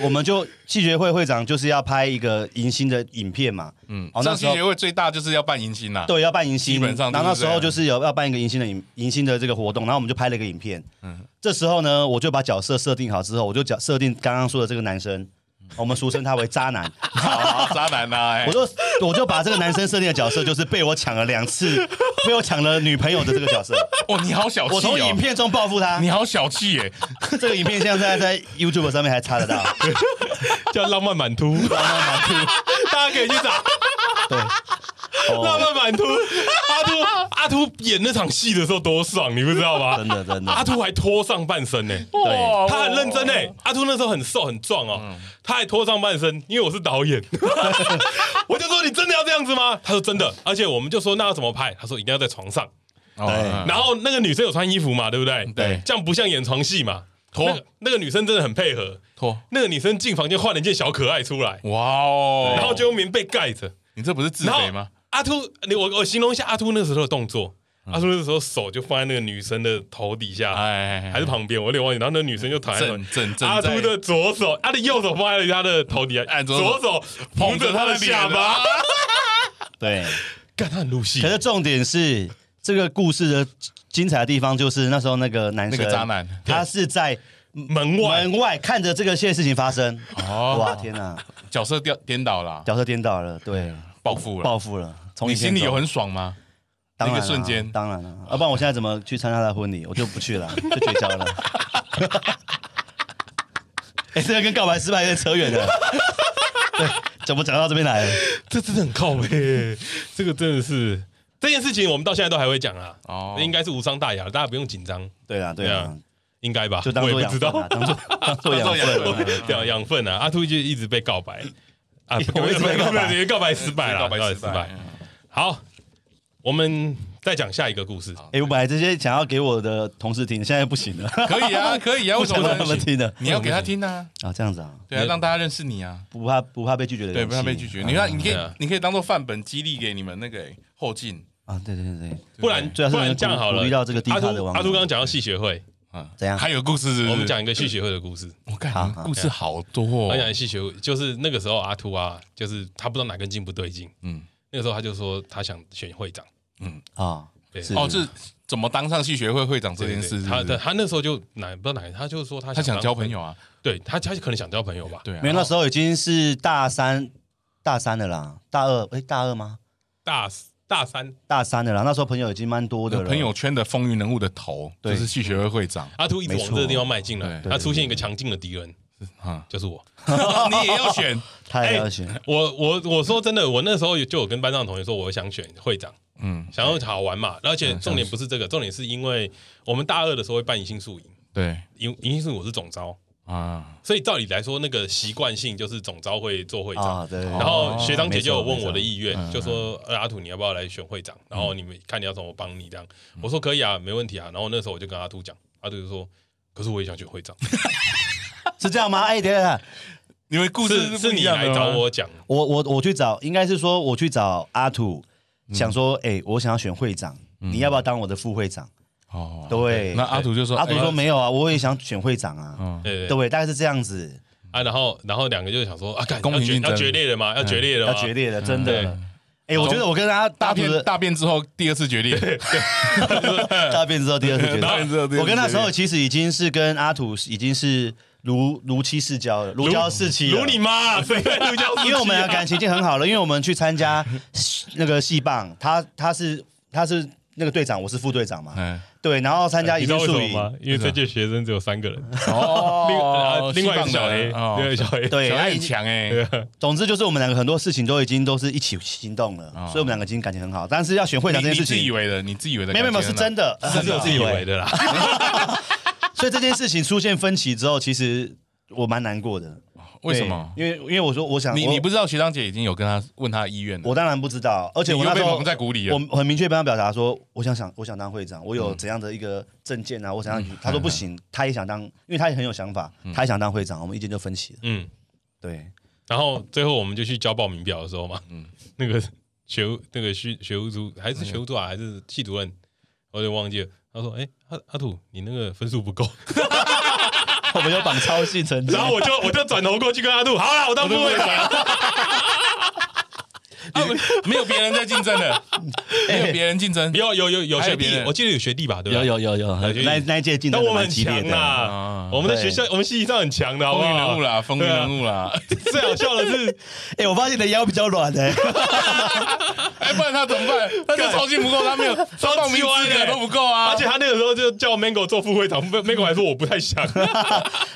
[SPEAKER 3] 我们就系学会会长就是要拍一个迎新的影片嘛，嗯，哦，那
[SPEAKER 2] 上
[SPEAKER 3] 时
[SPEAKER 2] 系
[SPEAKER 3] 候
[SPEAKER 2] 学会最大就是要办迎新啊啦，
[SPEAKER 3] 对要办迎新，
[SPEAKER 2] 基本上
[SPEAKER 3] 然后
[SPEAKER 2] 就
[SPEAKER 3] 那
[SPEAKER 2] 是
[SPEAKER 3] 时
[SPEAKER 2] 这样
[SPEAKER 3] 候就是有要办一个迎新的迎迎新的这个活动，然后我们就拍了一个影片，嗯，这时候呢，我就把角色设定好之后，我就角设定刚刚说的这个 男生，我们俗称他为渣男，
[SPEAKER 2] 好好渣男呐，哎
[SPEAKER 3] 我就我就把这个男生设定的角色就是被我抢了 两次，被我抢了女朋友的这个角色，
[SPEAKER 2] 哦，你好小气
[SPEAKER 3] 我从影
[SPEAKER 2] 哦，
[SPEAKER 3] 片中报复他，
[SPEAKER 2] 你好小气耶，
[SPEAKER 3] 这个影片现 在在 YouTube 上面还查得到，
[SPEAKER 1] 叫浪漫满突，浪漫满突， 大家可以去找。 浪
[SPEAKER 3] 哦、
[SPEAKER 1] 漫满突，阿突阿突演那场戏的时候多爽，你不知道吗？
[SPEAKER 3] 真的真的
[SPEAKER 1] 阿突还脱上半身呢、
[SPEAKER 3] 对，
[SPEAKER 1] 他很认真呢、阿突那时候很瘦很壮哦，
[SPEAKER 2] 嗯
[SPEAKER 1] 他还脱上半身，因为我是导演， 我就说你真的要这样子吗？他说真的，而且我们就说那要怎么拍？他说一定要在床上。
[SPEAKER 2] 哦
[SPEAKER 1] 然后那个女生有穿衣服嘛，对不对？
[SPEAKER 2] 对
[SPEAKER 1] 这样不像演床戏嘛。
[SPEAKER 2] 脱
[SPEAKER 1] 那个那个女生真的很配合，
[SPEAKER 2] 脱，
[SPEAKER 1] 那个女生进房间换了一件小可爱出来，
[SPEAKER 2] 哇哦，
[SPEAKER 1] 然后就用棉被盖着。
[SPEAKER 2] 你这不是自
[SPEAKER 1] 然后
[SPEAKER 2] 肥吗？
[SPEAKER 1] 阿秃，你我我形容一下阿秃那时候的动作。阿秃那时候手就放在那个女生的头底下，
[SPEAKER 2] 哎，
[SPEAKER 1] 还是旁边，我有点忘记。然后那女生就躺在那里
[SPEAKER 2] 正正正
[SPEAKER 1] 阿秃
[SPEAKER 2] 在
[SPEAKER 1] 的左手，他的右手放在他的头底下，
[SPEAKER 2] 哎左
[SPEAKER 1] 左
[SPEAKER 2] 手
[SPEAKER 1] 手捧着他的下巴，
[SPEAKER 3] 对。
[SPEAKER 1] 干他很入戏
[SPEAKER 3] 啊可。是重点是这个故事的精彩的地方就是那时候那个男生
[SPEAKER 2] 那个渣男
[SPEAKER 3] 他是在
[SPEAKER 1] 门外
[SPEAKER 3] 门外看着这个些事情发生。
[SPEAKER 2] 哦
[SPEAKER 3] 哇天哪，
[SPEAKER 2] 角色颠颠倒了，
[SPEAKER 3] 角色颠倒了，对，
[SPEAKER 2] 报复了，
[SPEAKER 3] 报复了。从
[SPEAKER 2] 你
[SPEAKER 3] 影片
[SPEAKER 2] 心里
[SPEAKER 3] 中
[SPEAKER 2] 有很爽吗？
[SPEAKER 3] 当然
[SPEAKER 2] 那个
[SPEAKER 3] 啊
[SPEAKER 2] 瞬间
[SPEAKER 3] 当然了，要不然我现在怎么去参加他的婚礼？我就不去了，就绝交了。 哎，这个跟告白失败有点扯远了。对，怎么讲到这边来了？
[SPEAKER 1] 这真的很靠 背，这个真的是这件事情，我们到现在都还会讲啊。
[SPEAKER 2] 哦
[SPEAKER 1] 哦，应该是无伤大雅，大家不用紧张，
[SPEAKER 3] 对啊，对
[SPEAKER 1] 对
[SPEAKER 3] 啊
[SPEAKER 1] 啊，应该吧？
[SPEAKER 3] 就当
[SPEAKER 1] 我
[SPEAKER 3] 做
[SPEAKER 1] 也
[SPEAKER 3] 养
[SPEAKER 1] 不知
[SPEAKER 3] 分
[SPEAKER 1] 道，
[SPEAKER 3] 啊，当做当 做
[SPEAKER 2] 当作
[SPEAKER 3] 养分
[SPEAKER 2] 养分
[SPEAKER 3] 啊。
[SPEAKER 1] 养养分啊，阿秃就一直被告白啊，
[SPEAKER 3] 我一直被告白
[SPEAKER 1] 不是告白失败了，
[SPEAKER 2] 告白失败。
[SPEAKER 3] 嗯
[SPEAKER 1] 好，我们再讲下一个故事。
[SPEAKER 3] 哎，我本来这些想要给我的同事听，现在不行了，
[SPEAKER 2] 可以啊，可以啊，为什
[SPEAKER 3] 想
[SPEAKER 2] 么
[SPEAKER 3] 让
[SPEAKER 2] 不能
[SPEAKER 3] 他们听的
[SPEAKER 2] 你要给他听啊，
[SPEAKER 3] 啊，这样子啊，
[SPEAKER 2] 对啊，让大家认识你啊，
[SPEAKER 3] 不怕不怕被拒绝的
[SPEAKER 2] 对，
[SPEAKER 3] 勇气，
[SPEAKER 2] 不要被拒绝。你看，你可以
[SPEAKER 1] 对啊，
[SPEAKER 2] 你可以当做范本激励给你们那个哎后进，
[SPEAKER 3] 啊，对对对对，
[SPEAKER 1] 不然
[SPEAKER 3] 最好是
[SPEAKER 1] 不然这样好
[SPEAKER 3] 鼓
[SPEAKER 1] 了，
[SPEAKER 3] 励到这个低
[SPEAKER 1] 阿
[SPEAKER 3] 咖
[SPEAKER 1] 秃
[SPEAKER 3] 的网友
[SPEAKER 1] 阿秃刚刚讲到戏学会，
[SPEAKER 3] 怎样？
[SPEAKER 2] 啊还有故事是不是，
[SPEAKER 1] 我们讲一个戏学会的故事。
[SPEAKER 2] 我看
[SPEAKER 3] 好
[SPEAKER 2] 你们故事好多
[SPEAKER 1] 我
[SPEAKER 2] 哦，
[SPEAKER 1] 讲戏学会就是那个时候阿秃啊，就是他不知道哪根筋不对劲，
[SPEAKER 2] 嗯
[SPEAKER 1] 嗯，那个时候他就说他想选会长，
[SPEAKER 3] 啊，
[SPEAKER 1] 对
[SPEAKER 3] 是
[SPEAKER 2] 哦，是怎么当上系学会会长这件事
[SPEAKER 1] 对
[SPEAKER 2] 是不
[SPEAKER 1] 他
[SPEAKER 2] 是，
[SPEAKER 1] 他他那时候就哪不知道哪，他就说他
[SPEAKER 2] 他想
[SPEAKER 1] 当
[SPEAKER 2] 交朋，友啊，
[SPEAKER 1] 对他他可能想交朋友吧，
[SPEAKER 2] 对啊，
[SPEAKER 3] 没有，那时候已经是大三大三的啦，大二哎大二吗？
[SPEAKER 1] 大大三
[SPEAKER 3] 大三的啦，那时候朋友已经蛮多的了，
[SPEAKER 2] 朋友圈的风云人物的头
[SPEAKER 3] 对
[SPEAKER 2] 就是系学会会长
[SPEAKER 1] 阿秃一直
[SPEAKER 3] 没
[SPEAKER 1] 往
[SPEAKER 3] 错
[SPEAKER 1] 这个地方迈进了，
[SPEAKER 2] 对
[SPEAKER 1] 他出现一个强劲的敌人，
[SPEAKER 2] 啊，
[SPEAKER 1] 就是我。
[SPEAKER 2] 你也要选，
[SPEAKER 3] 太
[SPEAKER 1] 哎
[SPEAKER 3] 了解，
[SPEAKER 1] 我我我说真的，我那时候就有跟班上的同学说，我想选会长，
[SPEAKER 2] 嗯，
[SPEAKER 1] 想要好玩嘛。而且重点不是这个，重点是因为我们大二的时候会办迎新宿营，
[SPEAKER 2] 对
[SPEAKER 1] 迎迎新宿营我是总招，
[SPEAKER 2] 啊，
[SPEAKER 1] 所以照理来说，那个习惯性就是总招会做会长。
[SPEAKER 3] 啊，对，
[SPEAKER 1] 然后学长姐就有
[SPEAKER 3] 没错
[SPEAKER 1] 问我的意愿
[SPEAKER 2] 哦没，错嗯
[SPEAKER 1] 就说：“呃阿土，你要不要来选会长？然后你们看你要怎么帮你这样。”我说：“可以啊，没问题啊。”然后那时候我就跟阿土讲，阿土就说：“可是我也想选会长，
[SPEAKER 3] 是这样吗？哎，等一下，
[SPEAKER 2] 因为故事
[SPEAKER 1] 是
[SPEAKER 2] 不
[SPEAKER 1] 是
[SPEAKER 2] 一
[SPEAKER 1] 你
[SPEAKER 2] 样的
[SPEAKER 1] 来
[SPEAKER 2] 吗
[SPEAKER 1] 找我讲，
[SPEAKER 3] 我我我去找，应该是说我去找阿土，想说，哎，我想要选会长，你要不要当我的副会长？
[SPEAKER 2] 哦，
[SPEAKER 3] 对
[SPEAKER 2] 那阿土就说，
[SPEAKER 3] 阿土
[SPEAKER 2] 哎
[SPEAKER 3] 说没有啊，我也想选会长啊，
[SPEAKER 2] 嗯
[SPEAKER 1] 对
[SPEAKER 3] 对，大概是这样子。
[SPEAKER 1] 啊，然后然后两个就想说啊，干
[SPEAKER 2] 公
[SPEAKER 1] 要
[SPEAKER 2] 平
[SPEAKER 1] 决
[SPEAKER 2] 竞争
[SPEAKER 1] 要决裂了
[SPEAKER 2] 嗯
[SPEAKER 1] 吗？要决裂了
[SPEAKER 3] 要
[SPEAKER 1] 吗？
[SPEAKER 3] 决裂了，真的
[SPEAKER 1] 啊对。
[SPEAKER 3] 哎、我觉得我跟他
[SPEAKER 2] 大
[SPEAKER 3] 大图
[SPEAKER 2] 便
[SPEAKER 3] 的
[SPEAKER 2] 大便之后第二次决裂，
[SPEAKER 3] 大便之后第二次决裂，
[SPEAKER 2] 大便之后第二次决裂
[SPEAKER 3] 我跟那时候其实已经是跟阿土已经是如如妻似交了，如胶似漆了
[SPEAKER 1] 如你妈，谁在如胶似漆啊
[SPEAKER 3] 因为我们的感情已经很好了，因为我们去参加 那个戏棒，他他是他是那个队长，我是副队长嘛，
[SPEAKER 2] 嗯，
[SPEAKER 3] 对，然后参加
[SPEAKER 1] 你
[SPEAKER 3] 一
[SPEAKER 1] 知道
[SPEAKER 3] 定
[SPEAKER 1] 为什
[SPEAKER 3] 宿
[SPEAKER 1] 么
[SPEAKER 3] 营，
[SPEAKER 1] 吗？因为这届学生只有三个人，另
[SPEAKER 2] 哦
[SPEAKER 1] 呃，另外一个
[SPEAKER 2] 西
[SPEAKER 1] 小
[SPEAKER 2] 方的
[SPEAKER 1] A，
[SPEAKER 2] 哦
[SPEAKER 1] 另外一个小 A，
[SPEAKER 3] 对，
[SPEAKER 2] 小
[SPEAKER 3] 他
[SPEAKER 2] A
[SPEAKER 3] 已
[SPEAKER 2] 很
[SPEAKER 3] 经
[SPEAKER 2] 强哎，
[SPEAKER 3] 总之就是我们两个很多事情都已经都是一起行动了，所以我们两个已经感情很好。但是要选会长
[SPEAKER 2] 你
[SPEAKER 3] 这件
[SPEAKER 2] 你
[SPEAKER 3] 事
[SPEAKER 2] 自
[SPEAKER 3] 情
[SPEAKER 2] 以，为的，你自以为的，
[SPEAKER 3] 没有没有没有是真。的，
[SPEAKER 2] 哦
[SPEAKER 1] 这是我自以为。的啦。
[SPEAKER 3] 所以这件事情出现分歧之后，其实我蛮难过的。
[SPEAKER 2] 为什么？
[SPEAKER 3] 对因为因为我说我想
[SPEAKER 2] 你
[SPEAKER 3] 啊我
[SPEAKER 2] 你不知道学长姐已经有跟他问他的意愿了，
[SPEAKER 3] 我当然不知道，而且我
[SPEAKER 2] 你又
[SPEAKER 3] 那时
[SPEAKER 2] 被
[SPEAKER 3] 候
[SPEAKER 2] 蒙在鼓里了
[SPEAKER 3] 我很明确地跟他表达说，我想想，我想当会长，我有怎样的一个证件啊，我想想，他说不行，他也想当，因为他也很有想法，他也想当会长，我们意见就分歧了。
[SPEAKER 1] 嗯，
[SPEAKER 3] 对，
[SPEAKER 1] 然后最后我们就去交报名表的时候嘛，那个学务那个学学务组还是学务组啊，还是系主任，我有点忘记了。他说：“哎，阿阿土，你那个分数不够。
[SPEAKER 3] 我们有绑超系成”绩
[SPEAKER 1] 然后我就我就转头过去跟阿土：“好啦，我当副会长。
[SPEAKER 2] 啊 不没有别人在竞争了，没
[SPEAKER 3] 哎
[SPEAKER 2] 有别人竞争”
[SPEAKER 1] 有有有有
[SPEAKER 2] 还有
[SPEAKER 1] 学弟
[SPEAKER 2] 别人，
[SPEAKER 1] 我记得有学弟吧，对吧？
[SPEAKER 4] 有有有有，
[SPEAKER 1] 有学弟
[SPEAKER 3] 那那一届竞
[SPEAKER 1] 但
[SPEAKER 3] 争
[SPEAKER 1] 我们
[SPEAKER 3] 蛮
[SPEAKER 1] 很
[SPEAKER 3] 激
[SPEAKER 1] 强
[SPEAKER 3] 烈的。
[SPEAKER 1] 啊，我们的学校我们系上很强的，好
[SPEAKER 2] 风
[SPEAKER 1] 不
[SPEAKER 2] 云
[SPEAKER 1] 好
[SPEAKER 2] 人物啦，风云
[SPEAKER 1] 对啊
[SPEAKER 2] 人物啦，
[SPEAKER 1] 最好笑的是，
[SPEAKER 3] 哎，我发现你的腰比较软哎，啊
[SPEAKER 2] 哎，不然他怎么办？他就操心不够，他没有他
[SPEAKER 1] 超
[SPEAKER 2] 报名
[SPEAKER 1] 级
[SPEAKER 2] 资
[SPEAKER 1] 歪
[SPEAKER 2] 格
[SPEAKER 1] 的
[SPEAKER 2] 都不够啊
[SPEAKER 1] 而。且他那个时候就叫 Mango 做副会长，Mango 还说我不太想。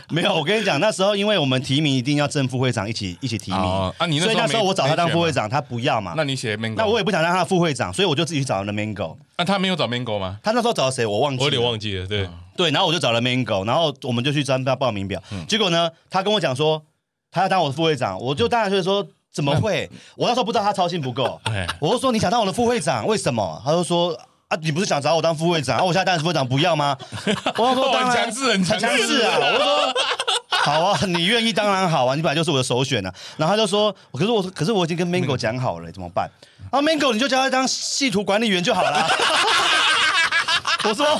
[SPEAKER 3] 没有，我跟你讲，那时候因为我们提名一定要正副会长一起一起提名
[SPEAKER 2] 哦啊你那时
[SPEAKER 3] 所
[SPEAKER 2] 候
[SPEAKER 3] 以那时候
[SPEAKER 2] 没
[SPEAKER 3] 我找他当
[SPEAKER 2] 没选
[SPEAKER 3] 副会长，他不要嘛，
[SPEAKER 2] 那你写 Mango，
[SPEAKER 3] 那我也不想当他的副会长，所以我就自己找了 Mango。
[SPEAKER 2] 那他没有找 Mango 吗？
[SPEAKER 3] 他那时候找谁我忘记，
[SPEAKER 1] 我有点忘记了，对，
[SPEAKER 3] 对，然后我就找了 Mango，然后我们就去参加报名表。
[SPEAKER 2] 嗯
[SPEAKER 3] 结果呢，他跟我讲说他要当我的副会长，我就当然就是说怎么会？我那时候不知道他操心不够
[SPEAKER 2] 嗯哎，
[SPEAKER 3] 我就说你想当我的副会长，为什么？他就说。啊！你不是想找我当副会长？啊，我现在当副会长不要吗？我就说
[SPEAKER 2] 哦
[SPEAKER 3] 当然，
[SPEAKER 2] 很强势很强势
[SPEAKER 3] 强势啊！我就说好啊，你愿意当然好啊，你本来就是我的首选啊。然后他就说，可是我可是我已经跟 Mango 讲好了，怎么办？啊，Mango 你就叫他当系图管理员就好了。啊 我说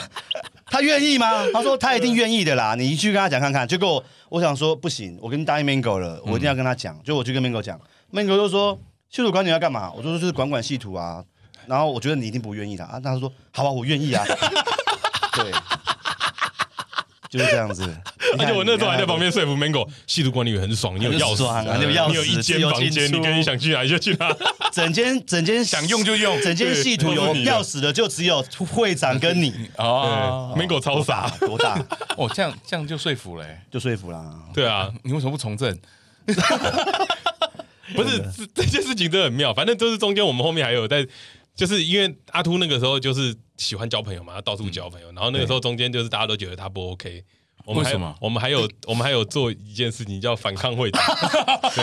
[SPEAKER 3] 他愿 意吗？他
[SPEAKER 1] 啊
[SPEAKER 3] 说他一定愿意的啦，你去跟他讲看看。结果我想说不行，我跟答应 Mango 了，
[SPEAKER 1] 嗯
[SPEAKER 3] 我一定要跟他讲。就我去跟 Mango 讲，Mango 就说系统管理要干嘛？我就说就是管管系统啊。然后我觉得你一定不愿意的啊，那他说好啊，我愿 意啊。对，就是这样子。你
[SPEAKER 1] 而
[SPEAKER 3] 看
[SPEAKER 1] 且我那时候还在旁。边说服 Mango，系统管理员很爽，你有钥匙，
[SPEAKER 3] 很爽啊你有钥匙
[SPEAKER 1] 你有一间房
[SPEAKER 3] 自
[SPEAKER 1] 间，
[SPEAKER 3] 由进出
[SPEAKER 1] 你跟你想去哪里就去 哪。
[SPEAKER 3] 你看整间整间
[SPEAKER 2] 想用就用
[SPEAKER 3] 整间系统
[SPEAKER 1] 对都
[SPEAKER 3] 有
[SPEAKER 1] 是你的啊
[SPEAKER 3] 钥匙的就只有会长跟你，
[SPEAKER 1] 对
[SPEAKER 2] 哦，
[SPEAKER 1] ，Mango 超 傻，
[SPEAKER 3] 多大
[SPEAKER 2] 哦，这样这样就说服了欸。
[SPEAKER 3] 就说服 啦。
[SPEAKER 1] 对啊，
[SPEAKER 2] 你为什么不从政？
[SPEAKER 1] 不是这这件事情真的很妙，反正就是中间我们后面还有在，就是因为阿秃那个时候就是喜欢交朋友嘛，他到
[SPEAKER 3] 嗯
[SPEAKER 1] 处交朋友，然后那个时候中间就是大家都觉得他不 OK。我们还
[SPEAKER 2] 为什么
[SPEAKER 1] 我们还有我们还有做一件事情叫反抗 会长，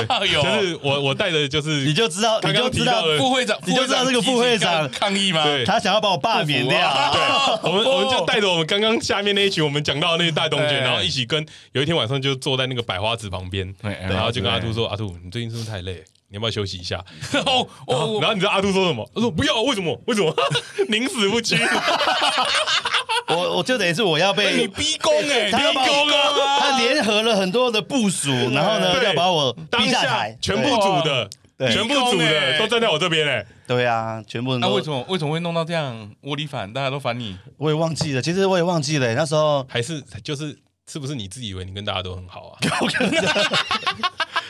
[SPEAKER 3] 哎
[SPEAKER 1] 对，
[SPEAKER 2] 有
[SPEAKER 1] 就是我我带的就是
[SPEAKER 3] 你就知道，
[SPEAKER 1] 刚
[SPEAKER 3] 你
[SPEAKER 1] 刚
[SPEAKER 3] 就
[SPEAKER 1] 提
[SPEAKER 3] 知
[SPEAKER 1] 到
[SPEAKER 3] 道
[SPEAKER 1] 的
[SPEAKER 2] 副会长，
[SPEAKER 3] 你就知道这个副会长
[SPEAKER 2] 提起抗议吗？啊
[SPEAKER 1] 对
[SPEAKER 3] 他想要把我罢免掉。啊
[SPEAKER 1] 我们
[SPEAKER 2] 哦
[SPEAKER 1] 我们就带着我们刚刚下面那一群我们讲到的那些大东
[SPEAKER 2] 对
[SPEAKER 1] 军，然后一起跟有一天晚上就坐在那个百花池旁边，
[SPEAKER 2] 对
[SPEAKER 1] 然后就跟阿兔说：“阿兔，你最近是不是太累？你要不要休息一 下？”哦哦，然后你知道阿兔说什
[SPEAKER 2] 嗯
[SPEAKER 1] 么？他说：“不要，为什么？为什么？ 宁死不 屈，
[SPEAKER 3] 我我就等于是我要被
[SPEAKER 2] 逼宫哎
[SPEAKER 3] 他要
[SPEAKER 1] 逼
[SPEAKER 3] 把我
[SPEAKER 1] 宫啊
[SPEAKER 3] 他联合了很多的部署，然后呢
[SPEAKER 1] 对
[SPEAKER 3] 要把我！”
[SPEAKER 1] 当
[SPEAKER 3] 逼下
[SPEAKER 1] 下
[SPEAKER 3] 台，
[SPEAKER 1] 全部组的，
[SPEAKER 3] 对
[SPEAKER 1] 全部组
[SPEAKER 2] 逼宫
[SPEAKER 1] 的
[SPEAKER 2] 欸
[SPEAKER 1] 都站在我这边哎嘞。
[SPEAKER 3] 对对啊，全部人
[SPEAKER 2] 那
[SPEAKER 3] 都
[SPEAKER 2] 为什么为什么会弄到这样窝里反？大家都反你，
[SPEAKER 3] 我也忘记了，其实我也忘记了那时候
[SPEAKER 1] 还是就是是不是你自以为你跟大家都很 好啊？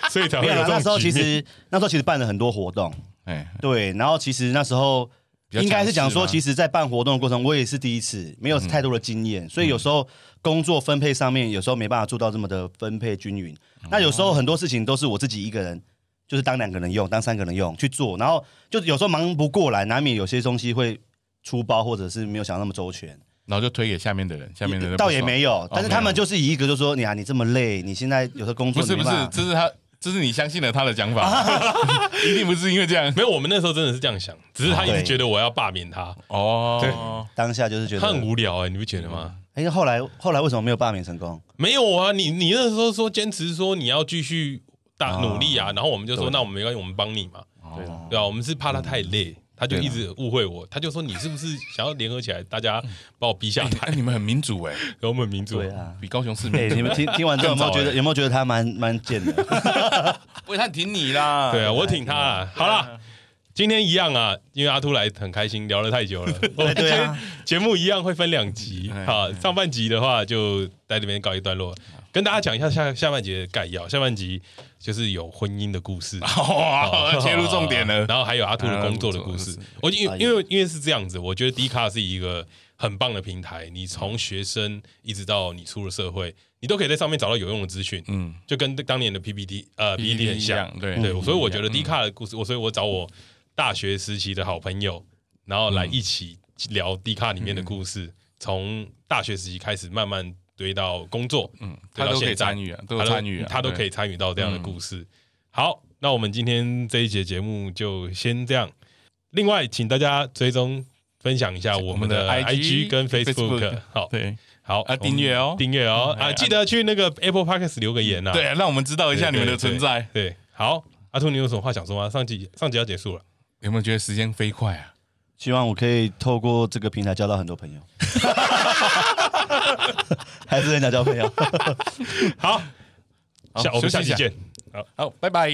[SPEAKER 1] 所以才会
[SPEAKER 3] 没
[SPEAKER 1] 啊
[SPEAKER 3] 有
[SPEAKER 1] 有
[SPEAKER 3] 啦，那
[SPEAKER 1] 这
[SPEAKER 3] 时候
[SPEAKER 1] 种局
[SPEAKER 3] 其
[SPEAKER 1] 面。
[SPEAKER 3] 实那时候其实办了很多活动，
[SPEAKER 2] 哎，
[SPEAKER 3] 对，然后其实那时候
[SPEAKER 2] 比较
[SPEAKER 3] 应该是讲
[SPEAKER 2] 强势嗯
[SPEAKER 3] 说，
[SPEAKER 2] 吧
[SPEAKER 3] 其实，在办活动的过程，我也是第一次，没有太多的经验，所以
[SPEAKER 2] 嗯
[SPEAKER 3] 有时候工作分配上面，有时候没办法做到这么的分配均匀。那有时
[SPEAKER 2] 哦
[SPEAKER 3] 候很多事情都是我自己一个人，就是当两个人用，当三个人用去做，然后就有时候忙不过来，难免有些东西会出包，或者是没有想那么周全。
[SPEAKER 2] 然后就推给下面的人，下面的人
[SPEAKER 3] 倒也没
[SPEAKER 2] 有，
[SPEAKER 3] 有，但是他
[SPEAKER 2] 没
[SPEAKER 3] 们就是以一个就说你啊，你这么累，你现在有时候工
[SPEAKER 2] 不
[SPEAKER 3] 作
[SPEAKER 2] 是
[SPEAKER 3] 你
[SPEAKER 2] 不
[SPEAKER 3] 没
[SPEAKER 2] 是
[SPEAKER 3] 办法，
[SPEAKER 2] 这是他，这是你相信了他的讲 法，一定不是因为这样
[SPEAKER 1] 没有，我们那时候真的是这样想，只是他一直
[SPEAKER 3] 啊对
[SPEAKER 1] 觉得我要罢免他，
[SPEAKER 2] 哦。
[SPEAKER 3] 当下就是觉
[SPEAKER 1] 他很
[SPEAKER 3] 得，
[SPEAKER 1] 无聊哎、你不觉得吗？
[SPEAKER 3] 哎，后来后来为什么没有罢免成功？
[SPEAKER 1] 没有啊，你你那时候说坚持说你要继
[SPEAKER 3] 啊哦
[SPEAKER 1] 续大努力啊，然后我们就说那我们没关系，我们帮你嘛，
[SPEAKER 2] 对
[SPEAKER 3] 嗯
[SPEAKER 1] 对吧、我们是怕他太累，他
[SPEAKER 3] 啊
[SPEAKER 1] 就一直误会我，他就说你是不是想要联合起来，大家把我逼下台，
[SPEAKER 2] 哎，你们很民主哎，
[SPEAKER 1] 给我们民主？
[SPEAKER 3] 嗯对啊。
[SPEAKER 2] 比高雄市
[SPEAKER 3] 哎、
[SPEAKER 2] 民主
[SPEAKER 3] 你们听听完之后有没有觉
[SPEAKER 2] 更早
[SPEAKER 3] 得
[SPEAKER 2] 欸
[SPEAKER 3] 有没有觉得他蛮蛮贱的？
[SPEAKER 4] 不会他挺你啦，
[SPEAKER 1] 对啊，我挺他啦。好啦，今天一样啊，因为阿秃来很开心，聊了太久了。我们今
[SPEAKER 3] 对
[SPEAKER 1] 天
[SPEAKER 3] 啊
[SPEAKER 1] 节目一样会分两集好，上半集的话就在这边告一段落，跟大家讲一下下下半集的概要。下半集就是有婚姻的故事。哦
[SPEAKER 2] 哇，啊 切入重点了。
[SPEAKER 1] 然后还有阿兔的工作的故事。我因为因为因为是这样子，我觉得 D 卡是一个很棒的平台，你从学生一直到你出了社会，你都可以在上面找到有用的资讯。嗯，就跟当年的 PPT 呃 PPT 很
[SPEAKER 2] 一
[SPEAKER 1] 像
[SPEAKER 2] 样，对
[SPEAKER 1] 对，所以我
[SPEAKER 2] 嗯
[SPEAKER 1] 觉得 D 卡的故事，我所以我找我大学时期的好朋友，然后来一起聊 D 卡里面的故事，从大学时期开始慢慢。堆到工作，嗯，
[SPEAKER 2] 他都可以参与啊都有
[SPEAKER 1] 他
[SPEAKER 2] 参与啊
[SPEAKER 1] 他都
[SPEAKER 2] 对嗯
[SPEAKER 1] 可以参与到这样的故事。好，那我们今天这一节节目就先这样。另外，请大家追踪分享一下我们的 IG 跟 Facebook。好，
[SPEAKER 2] 对
[SPEAKER 1] 好，
[SPEAKER 2] 啊订阅哦
[SPEAKER 1] 订阅哦
[SPEAKER 2] 嗯
[SPEAKER 1] 啊，
[SPEAKER 2] 哎
[SPEAKER 1] 记得去那个 Apple Podcast 留个言啊。
[SPEAKER 2] 对，让我们知道一下你们的存在。
[SPEAKER 1] 对。对，对好，阿兔，你有什么话想说吗？上集上集要结束了，
[SPEAKER 2] 有没有觉得时间飞快啊？
[SPEAKER 3] 希望我可以透过这个平台交到很多朋友， 还是很想交朋友。
[SPEAKER 1] 好，
[SPEAKER 2] 好
[SPEAKER 1] 下我们下
[SPEAKER 2] 休息
[SPEAKER 1] 期
[SPEAKER 2] 一下
[SPEAKER 1] 见。
[SPEAKER 2] 好，拜拜。